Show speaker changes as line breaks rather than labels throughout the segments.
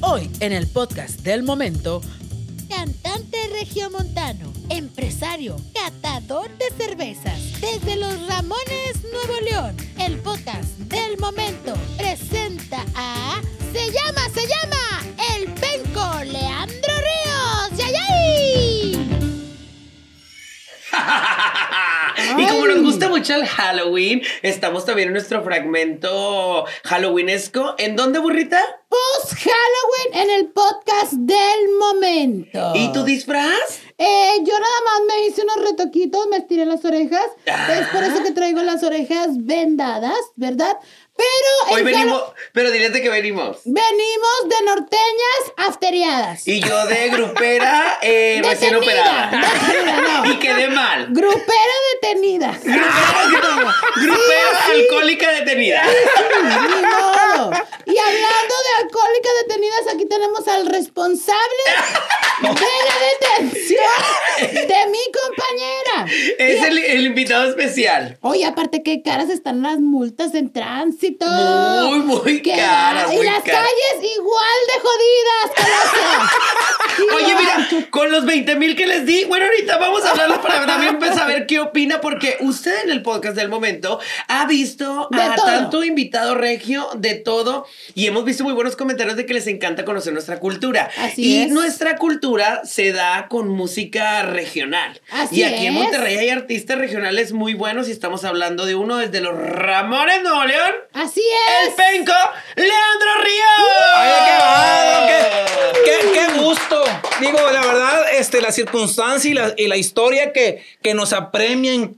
Hoy, en el podcast del momento,
Cantante regiomontano, empresario, catador de cervezas. Desde Los Ramones, Nuevo León, el podcast del momento presenta a... Se llama, se llama, el penco Leandro Ríos. ¡Yayay!
Y como
Ay.
nos gusta mucho el Halloween, estamos también en nuestro fragmento halloweenesco. ¿En dónde, burrita?
Post Halloween en el podcast del momento.
¿Y tu disfraz?
Eh, yo nada más me hice unos retoquitos, me estiré las orejas.
Ah.
Es por eso que traigo las orejas vendadas, ¿verdad? Pero
Hoy
en
venimos,
Halloween
pero diles de que venimos.
venimos de norteñas afteriadas.
Y yo de grupera eh, recién
Detenida,
operada.
detenida, no.
Y quedé mal.
Grupera detenida.
Grupera, grupera alcohólica detenida.
Ni modo. Y hablando de alcohólicas detenidas, aquí tenemos al responsable de la detención de mi compañera.
Es el, el invitado especial.
Oye, aparte, qué caras están las multas en tránsito.
Muy, muy
Ah, Qué-
caras,
Y
muy
las
caras.
calles igual de jodidas que las de-
Oye, mira, con los 20 mil que les di, bueno, ahorita vamos a hablarles para también pues, saber qué opina, porque usted en el podcast del momento ha visto
De
a
todo.
tanto invitado regio de todo y hemos visto muy buenos comentarios de que les encanta conocer nuestra cultura.
Así
y
es.
nuestra cultura se da con música regional.
Así
y aquí en
es.
Monterrey hay artistas regionales muy buenos y estamos hablando de uno desde los Ramones Nuevo León.
Así
El
es. ¡Uh!
penco, Leandro Ríos.
Oye, qué bárbaro,
¡Ah!
qué, qué- qué gusto. Digo, la verdad, este, la circunstancia y la, y la historia que, que nos apremian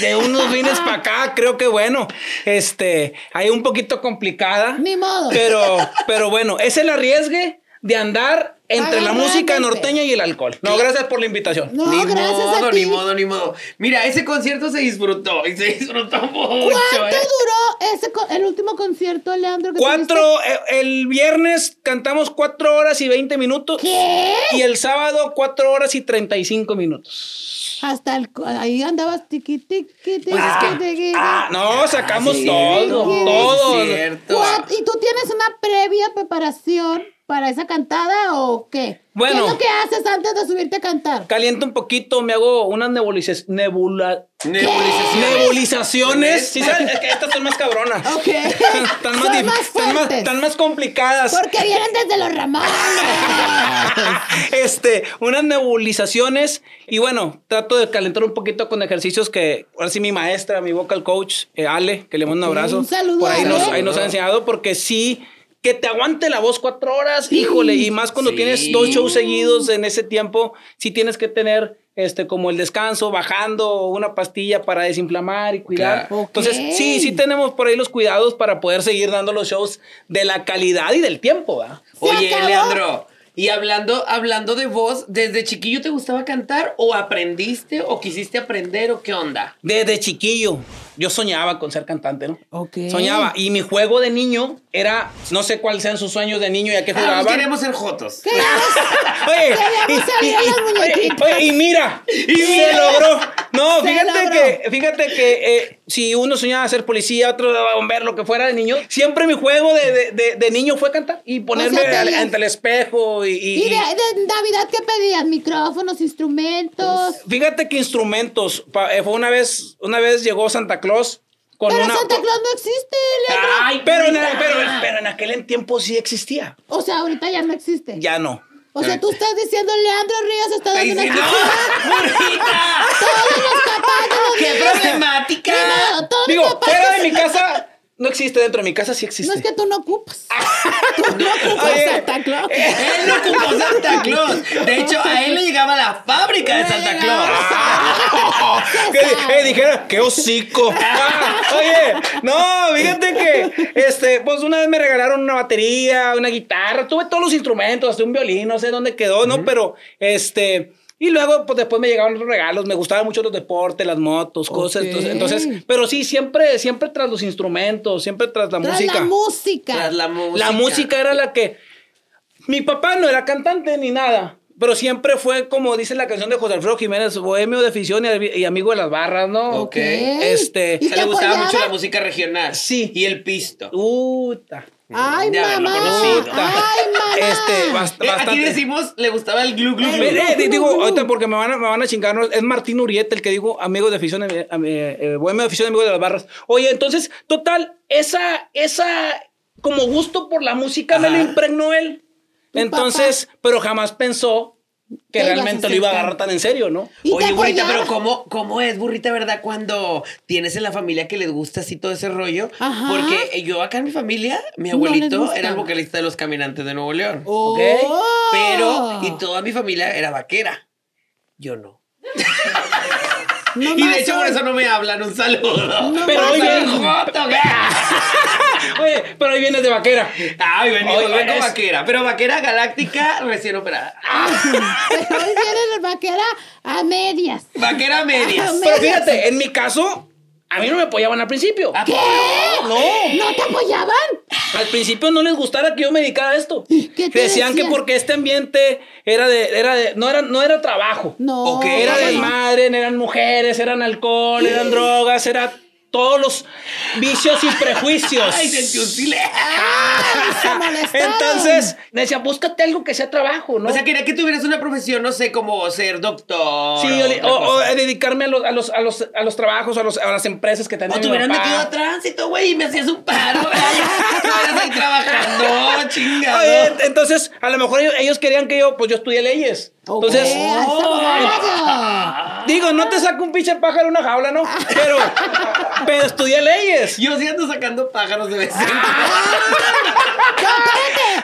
de unos fines para acá, creo que bueno, este, hay un poquito complicada.
Ni modo.
Pero, pero bueno, es el arriesgue de andar entre la
Agarrándose.
música norteña y el alcohol. No, gracias por la invitación.
No,
ni
gracias
modo,
a ti.
ni modo, ni modo. Mira, ese concierto se disfrutó y se disfrutó mucho.
¿Cuánto
¿eh?
duró ese co- el último concierto, Leandro? que tuviste?
Cuatro, eh, el viernes cantamos cuatro horas y 20 minutos.
¿Qué?
Y el sábado cuatro horas y 35 minutos.
Hasta el, co- ahí andabas tiqui, tiqui, tiqui,
Pues es que-
tiqui.
Ah, no, sacamos
Sí,
todo,
sí,
todo.
es cierto.
Cuat- ¿Y tú tienes una previa preparación para esa cantada o qué? ¿Qué
Bueno.
es lo que haces antes de subirte a cantar?
Caliento un poquito, me hago unas nebulices- nebula-
Nebulización.
nebulizaciones. Sí, ¿sabes? Es que estas son más cabronas.
Ok.
Están más,
Son
dif-
más
están más-
fuertes.
están más complicadas.
Porque vienen desde los Ramones.
Este, unas nebulizaciones. Y bueno, trato de calentar un poquito con ejercicios que ahora sí mi maestra, mi vocal coach, eh, Ale, que le mando un abrazo.
Un saludo
Por ahí,
a
nos,
Ale.
ahí nos ha enseñado porque sí. Que te aguante la voz cuatro horas, híjole, y más cuando
Sí.
tienes dos shows seguidos en ese tiempo, sí tienes que tener este como el descanso, bajando una pastilla para desinflamar y cuidar.
Claro.
Entonces, sí,
Ok.
sí tenemos por ahí los cuidados para poder seguir dando los shows de la calidad y del tiempo, ¿verdad?
Oye,
acabó.
Leandro. Y hablando, hablando de voz, ¿desde chiquillo te gustaba cantar o aprendiste o quisiste aprender o qué onda?
Desde chiquillo, yo soñaba con ser cantante, ¿no?
Ok.
Soñaba. Y mi juego de niño era, no sé cuáles sean sus sueños de niño y a
pues
qué
Ah,
jugaban.
queremos ser Jotos.
¿Qué haces?
Oye,
Queríamos abrir a las
oye,
muñequitas.
oye, y mira, se
mira.
logró. No,
Se
fíjate
logró.
que, fíjate que eh, si uno soñaba ser policía, otro bombero, lo que fuera de niño, siempre mi juego de, de- de- de niño fue cantar y ponerme
te
al-
las-
ante el espejo y. y-
¿Y de,
y-
de Navidad qué pedías? ¿Micrófonos, instrumentos?
Pues, Fíjate que instrumentos. pa- eh, fue una vez, una vez llegó Santa Claus con
Pero
una. Ah.
Santa Claus no existe, Leandro.
Ay, pero en, pero, pero en aquel tiempo sí existía.
O sea, ahorita ya no existe.
Ya no.
O
Eh,
sea, tú estás diciendo Leandro Ríos está
Ay,
dando una
sí, no,
explicación.
¡Burrita!
Todos los papás de los
¡Qué
niños.
problemática!
Ni modo, todos
Digo,
los papás
fuera
que-
de mi casa no existe, dentro de mi casa sí existe.
No es que tú no ocupas.
Ah,
tú no ocupas
Oye,
Santa Claus.
Él no ocupó Santa Claus. De hecho, a él le llegaba la fábrica de
Le
Santa
llegaba
Claus.
que eh, dijera, qué hocico. Ah, oye, no, fíjate que, este, pues una vez me regalaron una batería, una guitarra, tuve todos los instrumentos, hasta un violín, no sé dónde quedó, ¿no? Pero, este, y luego, pues después me llegaban otros regalos, me gustaban mucho los deportes, las motos, cosas,
Ok.
entonces, entonces, pero sí, siempre, siempre tras los instrumentos, siempre tras la
Tras
música.
la música.
Tras la música.
La música era la que. Mi papá no era cantante ni nada. Pero siempre fue, como dice la canción de José Alfredo Jiménez, bohemio de afición y, y amigo de las barras, ¿no?
Ok.
Este,
¿Y
Se
te
le gustaba
apoyaban?
mucho la música regional.
Sí. Uh,
Y el pisto.
Puta.
Ay,
Ya lo
mamá.
conocí, ¿no?
Ay, mamá.
Este, bas-
Eh, Aquí
bastante.
decimos, le gustaba el glu glu
Eh,
glu.
eh, di- digo, ahorita porque me van, a, me van a chingar, ¿no? es Martín Urieta el que digo amigo de afición, eh, am- eh, eh, bohemio de afición, amigo de las barras. Oye, entonces, total, esa, esa, como gusto por la música me lo
Ajá.
impregnó él.
Tu
Entonces, pero jamás pensó
Que
que
ibas a
realmente lo
ser
iba a
tan-
agarrar tan en serio, ¿no?
¿Y te
Oye, burrita,
apoyaba?
pero ¿cómo, ¿cómo es, burrita, verdad, cuando tienes en la familia que les gusta así todo ese rollo?
Ajá.
Porque eh, yo acá en mi familia, mi
No les
abuelito
gusta.
era el vocalista de Los Caminantes de Nuevo León.
Oh.
¿ok?
Pero, y toda mi familia era vaquera. Yo no.
No
y
más
de hecho,
hoy.
por eso no me hablan. Un saludo.
No
Pero
Pero
más
hoy
hoy.
el joto, ¿qué?
Oye, pero ahí vienes de vaquera.
Ay, venimos,
Oye,
vengo
es-
vaquera. Pero vaquera galáctica recién operada.
Pero hoy viene la vaquera a medias.
Vaquera media. Pues
Amén.
Pero fíjate, en mi caso, a mí no me apoyaban al principio.
¿A
¿Qué?
poco ah, no?
¿No te apoyaban?
Al principio no les gustara que yo me dedicara a esto.
¿Qué te
decían, que
decían?
porque este ambiente era de, era de, no era, no era trabajo.
No.
Ok,
Era
Ay.
desmadre, eran mujeres, eran alcohol, eran drogas, era todos los vicios y prejuicios.
Ay, sentí un silencio.
Ay, se molestaron.
Entonces, me decía, búscate algo que sea trabajo, ¿no?
O sea, quería que tuvieras una profesión, no sé, como ser doctor.
Sí, o,
otra
o- o
cosa.
dedicarme a los, a los, a los, a los trabajos, a, los, a las empresas que
O
tenían.
te hubieran metido a tránsito, güey, y me hacías un paro. güey. Ahora estoy trabajando, chingado.
Oye, entonces, a lo mejor ellos, ellos querían que yo, pues yo estudié leyes. Entonces,
Eh, hasta abogado.
digo, no te saco un pinche pájaro de una jaula, ¿no? Pero, pero estudié leyes.
Yo sí ando sacando pájaros de vez en cuando.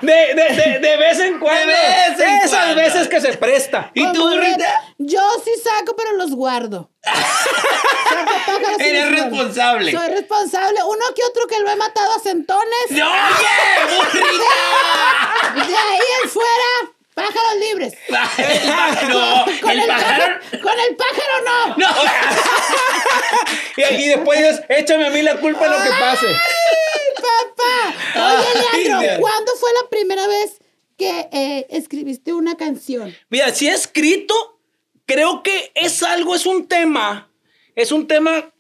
De, de, de, de vez en cuando.
vez en
Esas
cuando.
veces que se presta.
¿Y tú,
Como
burrita?
re- Yo sí saco, pero los guardo. Saco pájaros y
Eres
los guardo.
responsable.
Soy responsable. Uno que otro que lo he matado a centones.
¡No, oye, burrita!
De ahí en fuera, pájaros libres.
No,
con,
el pájaro...
pájaro, con el pájaro no.
No,
Y, y después dices, échame a mí la culpa de lo que pase.
Papá.
Ay,
Oye,
Dios.
Leandro, ¿cuándo fue la primera vez que eh, escribiste una canción?
Mira, si he escrito, creo que es algo, es un tema. Es un tema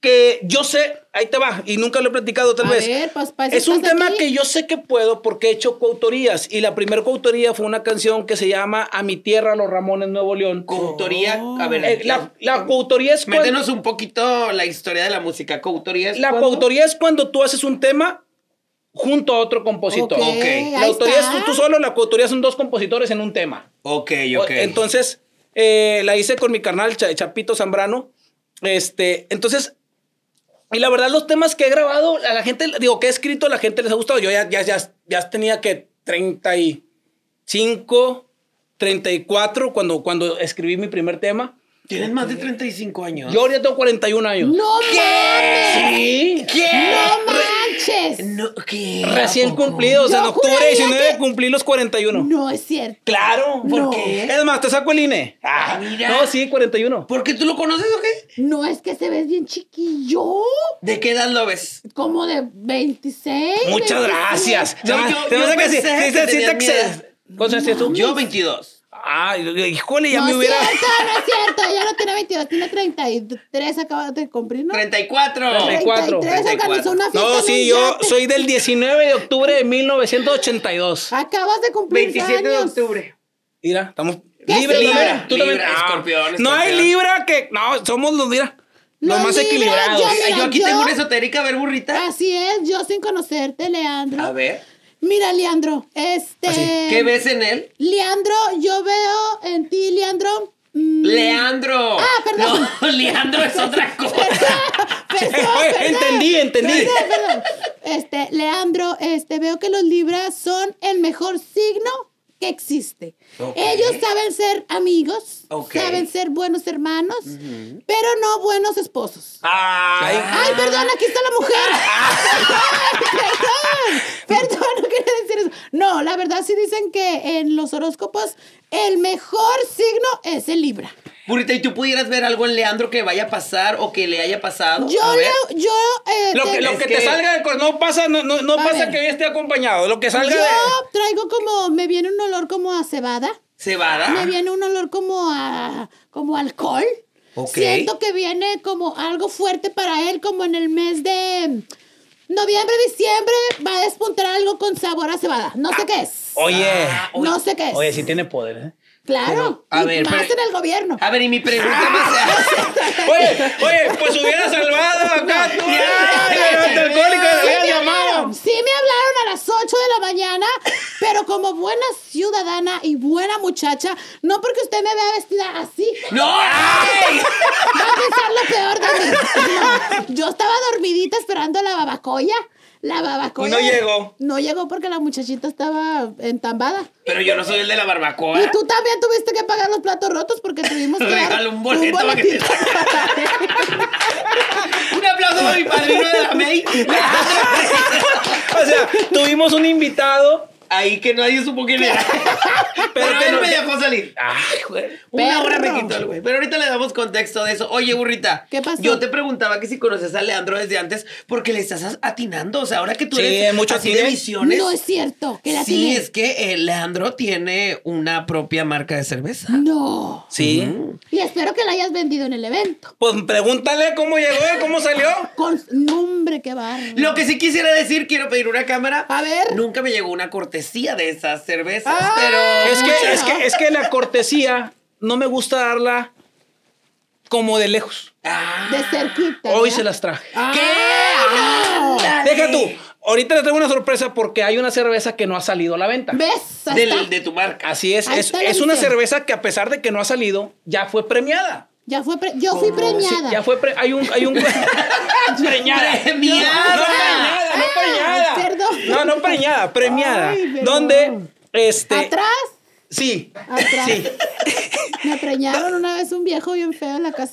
que yo sé, ahí te va, y nunca lo he platicado tal
A
vez.
ver, pues, para eso
es un
estás
tema
aquí.
que yo sé que puedo porque he hecho coautorías. Y la primera coautoría fue una canción que se llama A mi tierra, Los Ramones, Nuevo León.
Coautoría, a ver,
Eh, la, la coautoría es cuando-
métenos un poquito la historia de la música. Coautoría es
La
cuando-
coautoría es cuando tú haces un tema junto a otro compositor.
Ok, ahí
La autoría
está.
es tú solo, la coautoría son dos compositores en un tema.
Ok,
O-
ok.
Entonces, eh, la hice con mi carnal Cha- Chapito Zambrano. Este, entonces, y la verdad, los temas que he grabado, a la gente, digo, que he escrito, a la gente les ha gustado. Yo ya, ya, ya, ya tenía que 35, 34 cuando, cuando escribí mi primer tema.
Tienes más de 35 años.
Yo ahorita tengo 41 años.
No mames.
Sí.
No manches.
No, ¿qué?
Recién
¿A poco?
cumplidos, en
Yo
octubre
juraría
19
que-
cumplí los 41.
No es cierto.
Claro,
¿Por
No.
qué?
Es más, te saco el INE.
Ah, mira.
No, sí, 41.
¿Por qué tú lo conoces o qué?
No es que se ves bien chiquillo.
¿De qué edad lo ves?
Como de 26.
Muchas
27.
gracias.
No,
Se me-
yo-
se me
yo
hace que
pensé
sí, sí,
que
sí,
tenías
te
mi edad.
excedes. ¿Cuántos años tienes tú?
Yo 22.
Ay, híjole, ya
no
me hubiera.
es cierto, no es cierto. Ya no tiene 22, tiene 33. Acaba de cumplir, ¿no?
34.
34.
33 organizó una fiesta.
No,
en un
sí, yo
yate.
soy del 19 de octubre de 1982.
Acabas de cumplir
27 de
años.
octubre.
Mira, estamos.
¿Qué
Libra,
es Libra?
Libra, tú
Libra,
también. Ah,
escorpión,
No hay
escorpión.
Libra que. No, somos los, mira, los,
Los
más
Libra,
equilibrados.
yo Mira,
yo aquí
yo- Ah,
tengo una esotérica, a ver, burrita.
Así es, yo sin conocerte, Leandro.
A ver,
Mira, Leandro, este.
Así,
¿qué ves en él?
Leandro, yo veo en ti, Leandro. mm,
Leandro.
Ah, perdón.
No, Leandro es otra cosa.
perdón,
Oye,
perdón.
entendí, entendí.
Perdón, perdón. Este, Leandro, este, veo que los Libras son el mejor signo que existe.
Ok.
Ellos saben ser amigos,
Ok.
saben ser buenos hermanos, pero no buenos esposos.
Ah. Ay,
Ay, perdón, aquí está la mujer.
Ah.
Ay, perdón, perdón, no quería decir eso. No, la verdad sí dicen que en los horóscopos el mejor signo es el Libra.
Burrita, ¿y tú pudieras ver algo en Leandro que vaya a pasar o que le haya pasado?
Yo,
A ver.
le- yo, eh,
Lo que,
tengo-
lo
Es
que
que-
te salga del cor- no pasa, no, no, no
A
pasa
ver.
que yo esté acompañado. Lo que salga
Yo
de.
traigo como, me viene un olor como a cebada.
¿Cebada?
me viene un olor como a como alcohol.
Ok.
Siento que viene como algo fuerte para él, como en el mes de noviembre, diciembre, va a despuntar algo con sabor a cebada. No sé qué es.
Oye.
Ah,
No sé qué es.
Oye, sí tiene poder, ¿eh?
claro.
pero, a
y
ver,
más
pero-
en el gobierno.
A ver, y mi pregunta más.
Oye, oye, pues hubiera salvado acá tú.
Ya,
Ay,
ya,
el
ya.
alcohólico
Sí
le habías
me
llamado.
hablaron, sí me hablaron a las 8 de la mañana, pero como buena ciudadana y buena muchacha, no porque usted me vea vestida así,
¡No! ¡Ay!
va a pensar lo peor de mí. No, yo estaba dormidita esperando la babacoya. La babacoya.
Y no llegó.
No llegó porque la muchachita estaba entambada.
Pero yo no soy el de la barbacoa.
Y tú también tuviste que pagar los platos rotos porque tuvimos que dar
Regalo un boleto para que te-
boletito.
Un aplauso para mi padrino de la May.
O sea, tuvimos un invitado,
Ahí que nadie supo quién era. Pero
que
él
no-
me dejó salir.
Ay, güey.
Una hora me
Perro.
quitó el güey. Pero ahorita le damos contexto de eso. Oye, burrita.
¿Qué pasó?
Yo te preguntaba que si conoces a Leandro desde antes, porque le estás atinando. O sea, ahora que tú
Sí,
eres
mucho
así de
atine.
visiones.
No es cierto que la
sí,
tiene.
es que eh, Leandro tiene una propia marca de cerveza.
No.
Sí.
Y espero que la hayas vendido en el evento.
Pues pregúntale cómo llegó y cómo salió.
Con nombre que va.
Lo que sí quisiera decir, quiero pedir una cámara.
A ver.
Nunca me llegó una cortesía de esas cervezas,
Ah.
pero.
Es que,
Mucho.
es que, es que la cortesía no me gusta darla como de lejos.
Ah.
De Ah, cerquita.
Hoy
¿ya?
se las traje.
Ah.
¿Qué? Ándale.
Deja tú. Ahorita le traigo una sorpresa porque hay una cerveza que no ha salido a la venta.
¿Ves? Ahí
Del-
está.
de tu marca.
Así es,
Ahí
es,
está la
es una
visión.
cerveza que a pesar de que no ha salido, ya fue premiada.
Ya fue pre- Yo
Oh,
fui
Sí,
preñada.
ya fue pre- hay un hay un preñada.
Premiada.
No preñada,
Ah,
no preñada.
perdón.
No, no preñada, premiada.
Ay, perdón.
donde este
Atrás.
sí.
Atrás.
Sí.
Me preñaron una vez un viejo bien feo en la casa.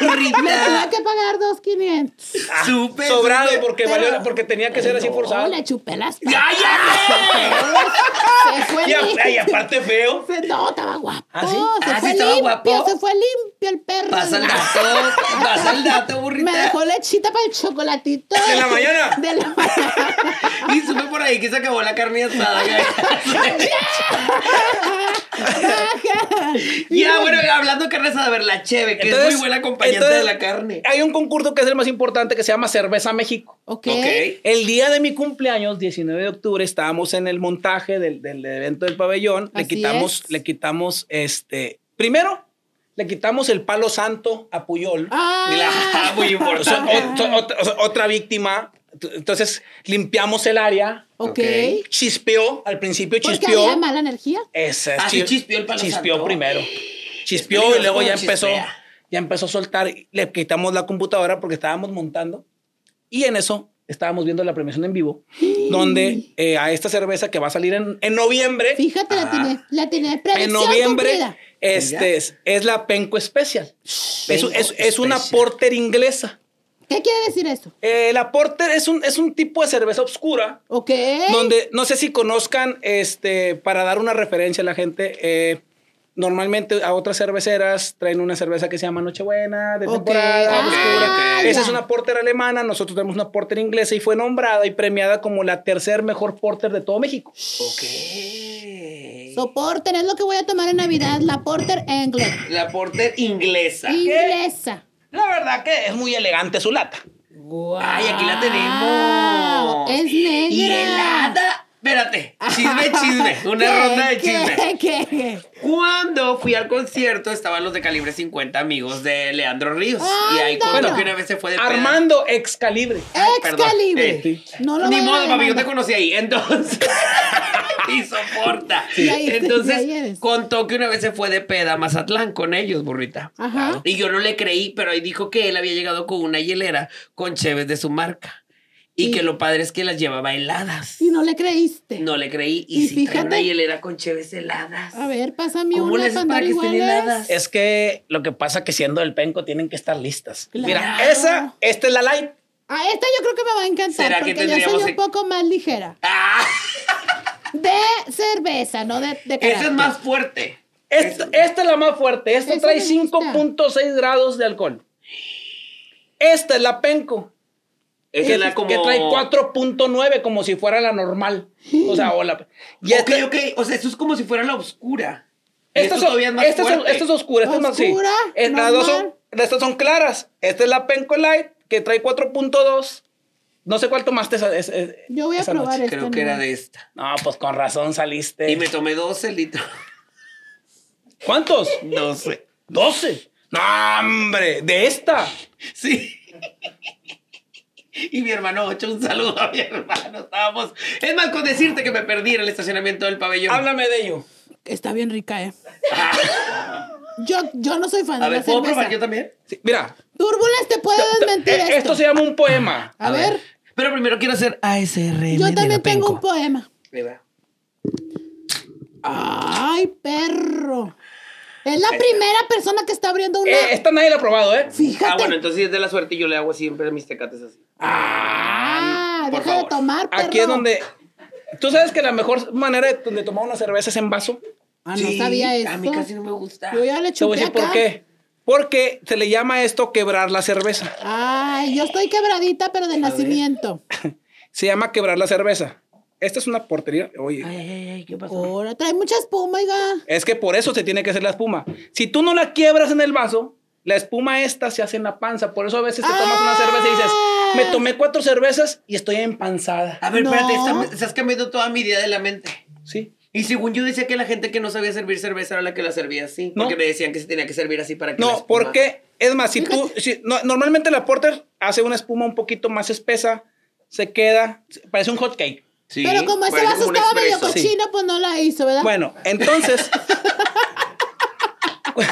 Me
Burrita.
tuve que pagar dos quinientos.
Súper.
Sobrado
súper.
porque
Pero-
valió- porque tenía que ser así forzado.
le chupé las patas.
¡Cállate!
Se fue
Y, a- y
limpio.
aparte feo.
Se- No, estaba guapo.
¿Ah, sí?
Se
Ah,
fue
sí estaba
limpio,
guapo.
se fue limpio el perro. Ah,
Pasa el dato, pasa el dato, burrita.
Me dejó lechita para el chocolatito.
¿De la mañana?
De la mañana.
Y supe por ahí que se acabó la carne asada. güey. ya, bueno, hablando de carne asada, a ver, la cheve, que es muy buena acompañante
entonces,
de la carne.
Hay un concurso que es el más importante que se llama Cerveza México.
Ok.
Ok.
El día de mi cumpleaños, 19 de octubre, estábamos en el montaje del, del evento del pabellón. Le
Así
quitamos,
es.
le quitamos este. Primero, le quitamos el palo santo a Puyol.
Ah,
La- muy
O sea,
importante.
ot- ot- o sea, otra víctima. Entonces, limpiamos el área.
ok.
ok.
Chispeó. Al principio
Porque
chispeó.
había mala energía.
Esa,
Ah, sí,
chi-
chispeó el palo
Chispeó
santo.
primero. Chispeó
peligroso
y luego ya
cuando
empezó,
chispea.
ya empezó a soltar. Le quitamos la computadora porque estábamos montando. Y en eso estábamos viendo la premiación en vivo, donde eh, a esta cerveza que va a salir en, en noviembre,
Fíjate, la
Ajá.
tiene, la tiene.
Ah. en
Predicción
noviembre,
cumplida.
este es, es la Penco Special. Es,
Penco
es- es una
Special.
porter inglesa.
¿Qué quiere decir eso?
Eh, la porter es un, es un tipo de cerveza oscura.
Ok.
Donde no sé si conozcan, este, para dar una referencia a la gente, eh, normalmente a otras cerveceras traen una cerveza que se llama Nochebuena, de
Ok.
temporada,
Ah,
oscura.
ya.
Esa es una porter alemana, nosotros tenemos una porter inglesa y fue nombrada y premiada como la tercer mejor porter de todo México.
Ok.
Soporter es lo que voy a tomar en Navidad. La Porter England.
La porter inglesa.
Inglesa.
La verdad que es muy elegante su lata.
Ay, aquí la tenemos.
Es negra.
Y helada. Espérate, chisme, chisme. Una
¿Qué,
ronda de chisme.
¿Qué? ¿Qué?
Cuando fui al concierto estaban los de calibre 50 amigos de Leandro Ríos.
Ay,
y ahí
no.
contó
Bueno,
que una vez se fue de peda.
Armando Excalibre.
Ay, perdón.
Excalibre.
Eh,
No lo
Ni
vayan a
modo, papi, yo te
demandar.
conocí ahí. Entonces. y soporta.
Sí, ahí-
Entonces,
ahí eres.
contó que una vez se fue de peda a Mazatlán con ellos, burrita.
Ajá.
Y yo no le creí, pero ahí dijo que él había llegado con una hielera con cheves de su marca. Y
Y-
que lo padre es que las llevaba heladas.
Y no le creíste.
No le creí. Y,
Y
sí, trae una
fíjate.
hielera con cheves heladas.
A ver, pásame
¿Cómo
una
le haces para
Pandora
que estén
igual.
heladas?
Es que lo que pasa que siendo el penco tienen que estar listas.
Claro.
Mira, esa, esta es la light.
A Ah, esta yo creo que me va a encantar
¿Será que
porque yo
tendríamos
soy
que-
un poco más ligera.
¡Ah!
De cerveza, no de, de
Esa
carácter.
es más fuerte.
Esta, esta es la más fuerte. Esta
Esa
trae
me
5.6 grados de alcohol. Esta es la penco.
Es
que,
la
que
como-
trae 4.9 como si fuera la normal. O sea, o la...
ok,
Y esta-
ok. O sea, eso es como si fuera la oscura. Y esto
Estas son,
todavía es más
estas son-
fuerte.
estas son oscuras, estas más sí.
¿Oscura?
Eh, las dos son-
¿Normal?
estas son claras. Esta es la Penco Light que trae 4.2. No sé cuál tomaste esa, es- es-
Yo voy a
esa
probar
noche.
esta
Creo que era
nueva.
de esta.
No, pues con razón saliste.
Este.
Y me tomé 12 litros.
¿Cuántos?
No sé.
12. No, hombre, de esta.
Sí. Y mi hermano Ocho, un saludo a mi hermano. Estábamos. Es más, con decirte que me perdí en el estacionamiento del pabellón.
Háblame de ello.
Está bien rica, eh. Yo, yo no soy fan
A
de la
ver, ¿puedo probar
cerveza.
yo también?
Sí, mira,
Turbulas te puedo desmentir
eh,
esto.
esto se llama un poema.
A ver,
Pero primero quiero hacer ah, ASRM.
yo también tengo un poema.
poco.
Ay, perro. Es la primera persona que está abriendo una.
Eh, esta nadie la ha probado, ¿eh?
Fíjate.
Ah, bueno, entonces si es de la suerte y yo le hago siempre mis tecates así.
Ah,
por
deja de
favor.
tomar, perro.
Aquí es donde. Tú sabes que la mejor manera de, de tomar una cerveza es en vaso.
Ah, no sabía eso.
A mí casi no me gusta.
Yo ya le
Te
chupé
voy a decir por
acá.
qué. Porque se le llama esto quebrar la cerveza.
Ay, yo estoy quebradita, pero de nacimiento.
Se llama quebrar la cerveza. Esta es una portería. Oye,
Ay, ay, ay, ¿qué pasó?
Ahora trae mucha espuma, oiga.
es que por eso se tiene que hacer la espuma. Si tú no la quiebras en el vaso, la espuma esta se hace en la panza. Por eso a veces te tomas una cerveza y dices,
Ah.
me tomé cuatro cervezas y estoy empanzada.
A ver,
No.
espérate, está- estás cambiando toda mi idea de la mente.
Sí.
Y según yo decía que la gente que no sabía servir cerveza era la que la servía así.
No.
Porque me decían que se tenía que servir así para que la
No,
espuma-
porque es más, si tú, si- no, normalmente la porter hace una espuma un poquito más espesa, se queda, parece un hot cake.
Sí,
pero como ese
parece
vaso
un
estaba medio
expreso.
cochino, pues no la hizo, ¿verdad?
Bueno, entonces. cu-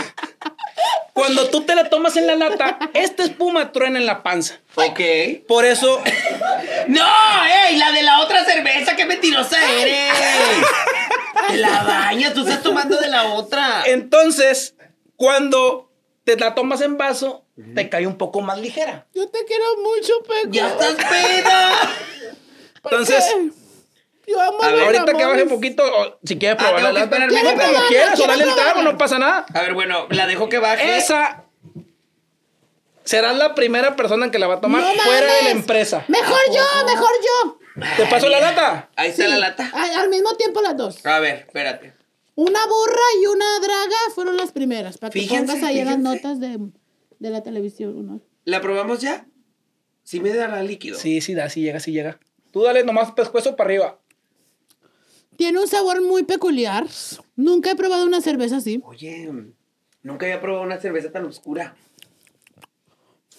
cuando tú te la tomas en la lata, esta espuma truena en la panza.
Ok.
Por eso.
¡No! ¡Ey! ¡La de la otra cerveza! ¡Qué mentirosa eres! Te la bañas, tú estás tomando de la otra.
Entonces, cuando te la tomas en vaso, te cae un poco más ligera.
Yo te quiero mucho, Peco.
¡Ya estás peda!
Entonces,
Yo amo
A
a
ver,
ver,
ahorita que baje un poquito, o si quieres
Ah,
probar
tengo
la
que
lata,
Quiero
esperarme.
no, como
probarla,
quieras, o
quiero
dale el trago,
probarla.
no pasa nada.
A ver, bueno, la dejo que baje.
Esa. Serás la primera persona que la va a tomar
No
fuera de la
mames.
empresa.
Mejor yo, mejor yo.
¿Te paso la lata?
Ahí está la lata.
A- al mismo tiempo las dos.
A ver, espérate.
Una burra y una draga fueron las primeras. Para que
Fíjense,
pongas ahí en las
fíjense.
notas de, de la televisión. ¿no?
¿La probamos ya? Sí me dará líquido.
Sí, sí, da, sí llega, sí llega. Tú dale nomás pescuezo para arriba.
Tiene un sabor muy peculiar. Nunca he probado una cerveza así.
Oye, nunca había probado una cerveza tan oscura.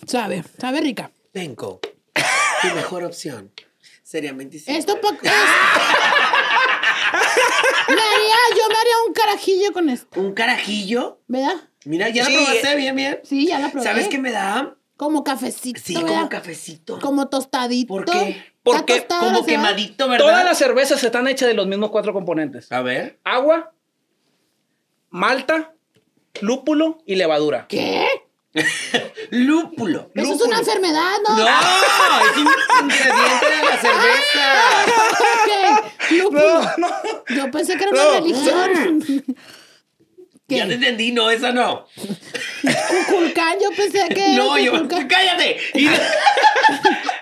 Sabe, sabe rica.
Vengo. Tu mejor opción. Serían 25.
Esto pa- es- me haría, yo me haría un carajillo con esto.
¿Un carajillo?
¿Verdad?
Mira, ya
Sí,
la probaste bien, bien.
Sí, ya la probé.
¿eh?
¿Sabes qué me da?
Como cafecito.
Sí,
¿verdad?
como cafecito.
Como tostadito.
¿Por qué?
Porque
Está tostada
Como
la cebada.
quemadito, ¿verdad?
Todas las cervezas están hechas de los mismos cuatro componentes.
A ver.
Agua, malta, lúpulo y levadura.
¿Qué?
Lúpulo.
Eso es
lúpulo.
una enfermedad, ¿no?
No, es un ingrediente de la cerveza.
¿Qué? Lúpulo. Yo pensé que era una
No.
religión.
Ya te
¿Qué?
entendí, no, esa no.
Cuculcán, yo pensé que era
No, yo.
cuculcán.
¡Cállate! Y-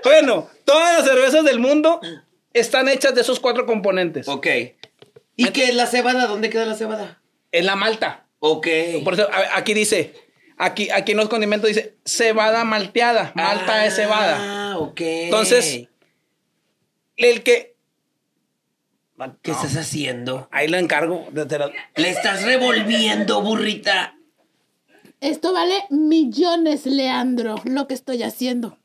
Bueno, todas las cervezas del mundo están hechas de esos cuatro componentes.
ok. ¿Y qué es la cebada? ¿Dónde queda la cebada?
Es la malta.
Ok.
Por eso, a- aquí dice, aquí, aquí en los condimentos dice cebada malteada. Malta es cebada.
Ah, ok.
Entonces, El que...
¿Qué estás haciendo?
Ahí la encargo. de- de la-
Le estás revolviendo, burrita.
Esto vale millones, Leandro, lo que estoy haciendo.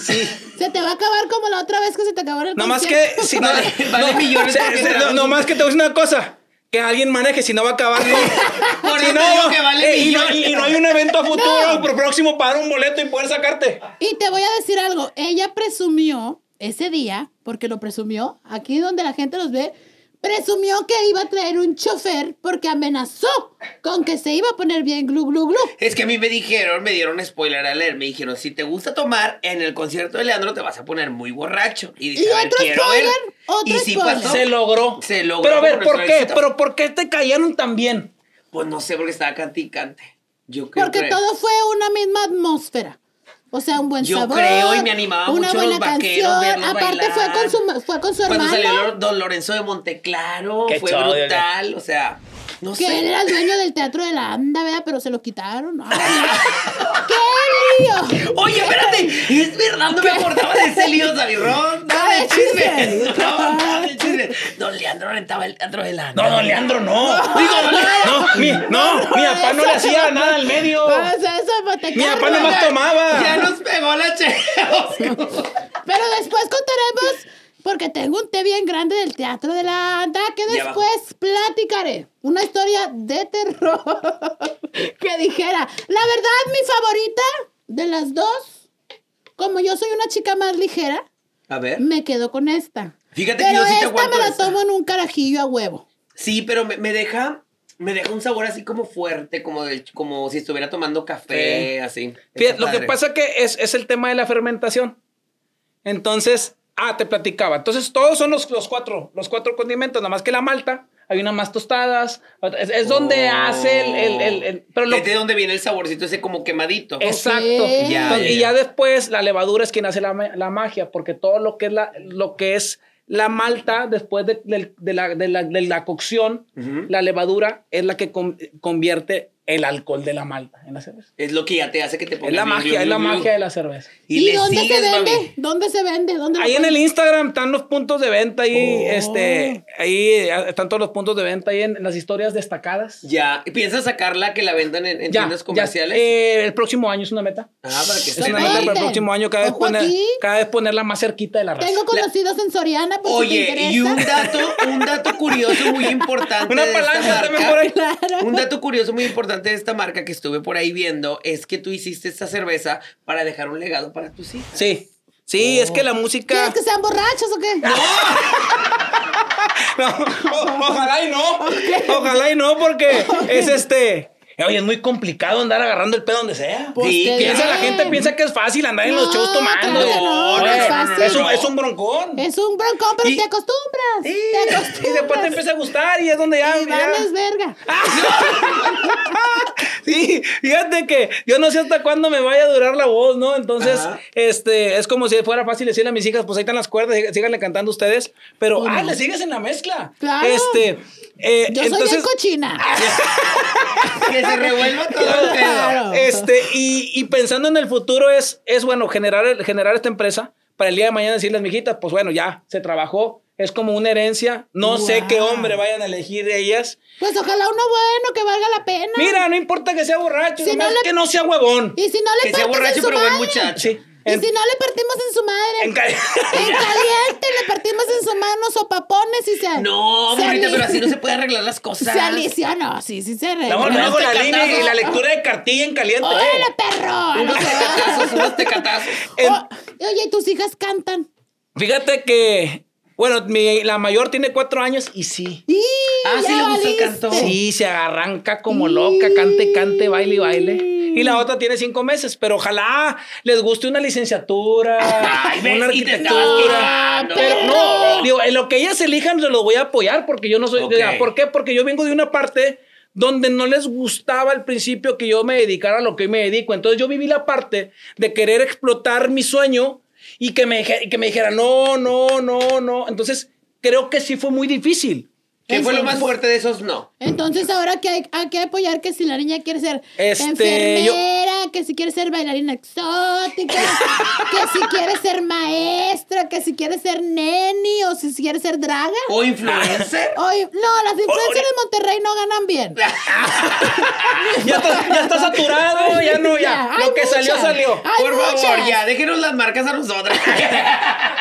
Sí.
Se te va a acabar como la otra vez que se te acabó el
No más
concierto.
que. Si no,
Vale-
no,
vale millones
se-
porque
se-
traemos
no, no más que te voy a decir una cosa. Que alguien maneje, si no va a acabar. con-
Por
si
eso te digo que vale
eh, y, no,
millones.
y no hay un evento a futuro
No.
pro- próximo para dar un boleto y poder sacarte.
Y te voy a decir algo. Ella presumió ese día, porque lo presumió, aquí donde la gente los ve, presumió que iba a traer un chofer porque amenazó con que se iba a poner bien glu glu glu.
Es que a mí me dijeron, me dieron spoiler a leer, me dijeron, si te gusta tomar, en el concierto de Leandro te vas a poner muy borracho. Y dije,
Y
a ver,
otro
quiero
spoiler,
ver.
otro
y sí
spoiler.
pasó.
Se logró.
Se logró
Pero a ver,
con
¿por
nuestro
qué?
éxito.
¿Pero por qué te cayeron tan bien?
Pues no sé, porque estaba cante y cante. Yo creo
Porque
que-
todo fue una misma atmósfera. O sea, un buen
Yo
sabor.
creo y me animaba
una
mucho
buena
los vaqueros, verlos
Aparte fue
bailar.
con su, ma- fue con su
Cuando
hermano.
salió Don Lorenzo de Monteclaro,
Qué
fue
chido,
brutal. O sea, no
Que él
sé.
era el dueño del teatro de la anda, ¿verdad? Pero se lo quitaron. Ay, ¡Qué lío!
Oye, espérate, es verdad, no me acordaba de ese lío, Sabirrón. Nada de
Ay,
chisme.
Ah, chisme.
No, nada de chisme. Don Leandro rentaba el teatro de la.
No, don Leandro, no.
Digo, don Leandro.
No, mi, no, mi papá no le hacía nada al medio.
Ah,
Vamos a eso, Montecarlo.
Mi papá nomás tomaba.
Ya nos pegó la che.
Pero después contaremos, porque tengo un té bien grande del teatro de la anda, que
Ya
después platicaré. Una historia de terror que dijera, la verdad, mi favorita de las dos, como yo soy una chica más ligera,
A ver.
Mm.
me quedo con esta.
Fíjate que
Pero
yo sí te
esta
aguanto
me la
esta.
tomo en un carajillo a huevo.
Sí, pero me, me deja. Me deja un sabor así como fuerte, como, de, como si estuviera tomando café,
Sí.
así.
Fíjate,
Está
lo que
padre.
pasa que es, es el tema de la fermentación. Entonces, ah, te platicaba. Entonces, todos son los, los cuatro, los cuatro condimentos, nada más que la malta. Hay unas más tostadas. Es, es donde
Oh.
hace el... el- el- el- pero lo-
Es de donde viene el saborcito ese como quemadito.
Exacto.
Ok.
Ya,
Entonces,
ya,
y
ya.
ya después la levadura es quien hace la, ma- la magia, porque todo lo que es la, lo que es la malta después de, del- de la, de la- de la cocción,
Ujú.
la levadura es la que con- convierte el alcohol de la malta en la cerveza.
Es lo que ya te hace que te pongas.
Es la
bien,
magia,
bien,
es la
bien,
magia
bien.
de la cerveza.
¿Y,
le
dónde se
sigues,
vende?
mami.
¿Dónde se vende? ¿Dónde lo
Ahí en
pueden-
el Instagram están los puntos de venta ahí,
Oh.
este, ahí eh, están todos los puntos de venta ahí en las historias destacadas.
Ya. ¿Y piensas sacarla que la vendan en, en
Ya,
tiendas
ya,
comerciales?
eh, el próximo año es una meta.
ah, para que
Es
se
una
Soporten.
meta
venda.
para el próximo año cada vez,
Ojo
poner,
aquí.
cada vez ponerla más cerquita de la raza.
Tengo conocidos en Soriana, por si te
Oye,
interesa.
y un dato, un dato curioso muy importante.
Una
de esta
palanca
marca.
también por ahí.
Claro.
Un dato curioso muy importante de esta marca que estuve por ahí viendo es que tú hiciste esta cerveza para dejar un legado para tus hijas.
Sí, sí, es que la música.
¿Quieres que sean borrachos o qué?
Ah,
No, o- ojalá y no. Ojalá y no, porque es este. Oye, es muy complicado andar agarrando el pedo donde sea.
Pues
Sí,
te
Piensa, la
digo.
gente piensa que es fácil andar en los
No,
shows tomando.
claro que no,
no
Oye,
es fácil.
un, es un broncón.
Es un broncón, pero
Y-
te acostumbras.
Sí,
Te acostumbras.
y después te empieza a gustar y es donde ya.
Y
ya-
vales verga.
Ah,
Sí, fíjate que yo no sé hasta cuándo me vaya a durar la voz, ¿no? Entonces,
Ajá.
este, es como si fuera fácil decirle a mis hijas, pues ahí están las cuerdas, sí- síganle cantando ustedes, pero,
Pues
ah,
no.
le sigues en la mezcla.
Claro.
Este, eh,
Yo soy bien
entonces,
cochina.
Que se revuelva todo el pedo.
Claro.
este, y, y pensando en el futuro es, es bueno, generar, el- generar esta empresa para el día de mañana decirles, mijitas, pues bueno, ya, se trabajó. Es como una herencia. No sé qué
Guau.
hombre vayan a elegir de ellas.
Pues ojalá uno bueno que valga la pena.
Mira, no importa que sea borracho,
Si
nomás
no le-
que no sea huevón.
Y si no le
Que sea
partimos
borracho,
en su
pero buen
madre.
muchacho.
Sí.
Y
En-
si no le partimos en su madre.
en ca-
En caliente le partimos en su mano sopapones y se.
No,
se
bonita,
ali-
pero así no se puede arreglar las cosas.
Se alició, no, sí, sí se re.
Luego,
Pero
luego
este
la
catazo-
línea y la lectura de cartilla en caliente.
¡Órale, perro!
Unos tecatazos, unos tecatazos.
En-
Oh, oye, ¿y tus hijas cantan?
Fíjate que, bueno, mi- la mayor tiene cuatro años y sí.
¡Y
Ah,
ya
sí le gusta el
valiste!
canto.
Sí, se arranca como loca, cante, cante, baile y baile. Y la otra tiene cinco meses, pero ojalá les guste una licenciatura,
Ay, ves,
una
y te estabas
arquitectura.
quejando.
Pero no, digo, en lo que ellas elijan, yo lo voy a apoyar porque yo no soy.
Ok.
ya, ¿Por qué? Porque yo vengo de una parte donde no les gustaba al principio que yo me dedicara a lo que hoy me dedico. Entonces yo viví la parte de querer explotar mi sueño y que me, dije- y que me dijera, no, no, no, no. Entonces creo que sí fue muy difícil.
¿Qué fue lo más fuerte de esos? No.
Entonces, ahora que hay, hay que apoyar que si la niña quiere ser
Este,
enfermera, que si quiere ser bailarina exótica, que si quiere ser maestra, que si quiere ser neni o si quiere ser draga.
¿O influencer?
Oye, no, las influencers de Monterrey no ganan bien.
Ya está, ya está saturado, ya no, ya.
Hay
Lo que salió,
muchas. Ah,
salió.
Hay
Por favor,
muchas.
ya, déjenos las marcas a nosotras.
Hay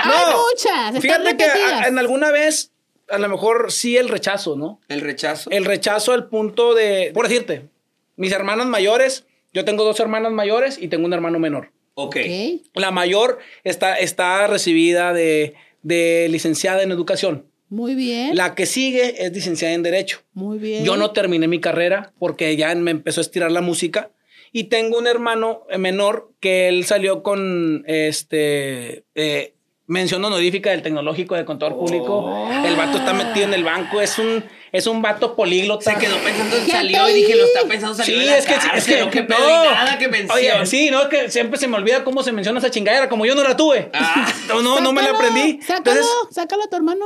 ah, muchas, están
Fíjate que
repetidas.
a- en alguna vez, a lo mejor sí el rechazo, ¿no?
El rechazo.
El rechazo al punto de, por decirte, mis hermanas mayores, yo tengo dos hermanas mayores y tengo un hermano menor.
Ok.
Ok.
La mayor está, está recibida de, de licenciada en educación.
Muy bien.
La que sigue es licenciada en derecho.
Muy bien.
Yo no terminé mi carrera porque ya me empezó a estirar la música. Y tengo un hermano eh, menor que él salió con este eh,
Oh.
mención honorífica del tecnológico de contador público. El vato está metido en el banco. Es un, es un vato políglota.
Se quedó pensando,
Ya
salió
te
y dije, lo
vi.
está pensando, salió
Sí,
de la
es que,
cárcel,
es que,
o qué
no.
pedo, y nada que menciona.
Oye, sí, no, que siempre se me olvida cómo se menciona esa chingadera, como yo no la tuve.
Ah.
no, no, no me la
Sácalo,
aprendí.
Sácalo,
Entonces,
sácalo a tu hermano.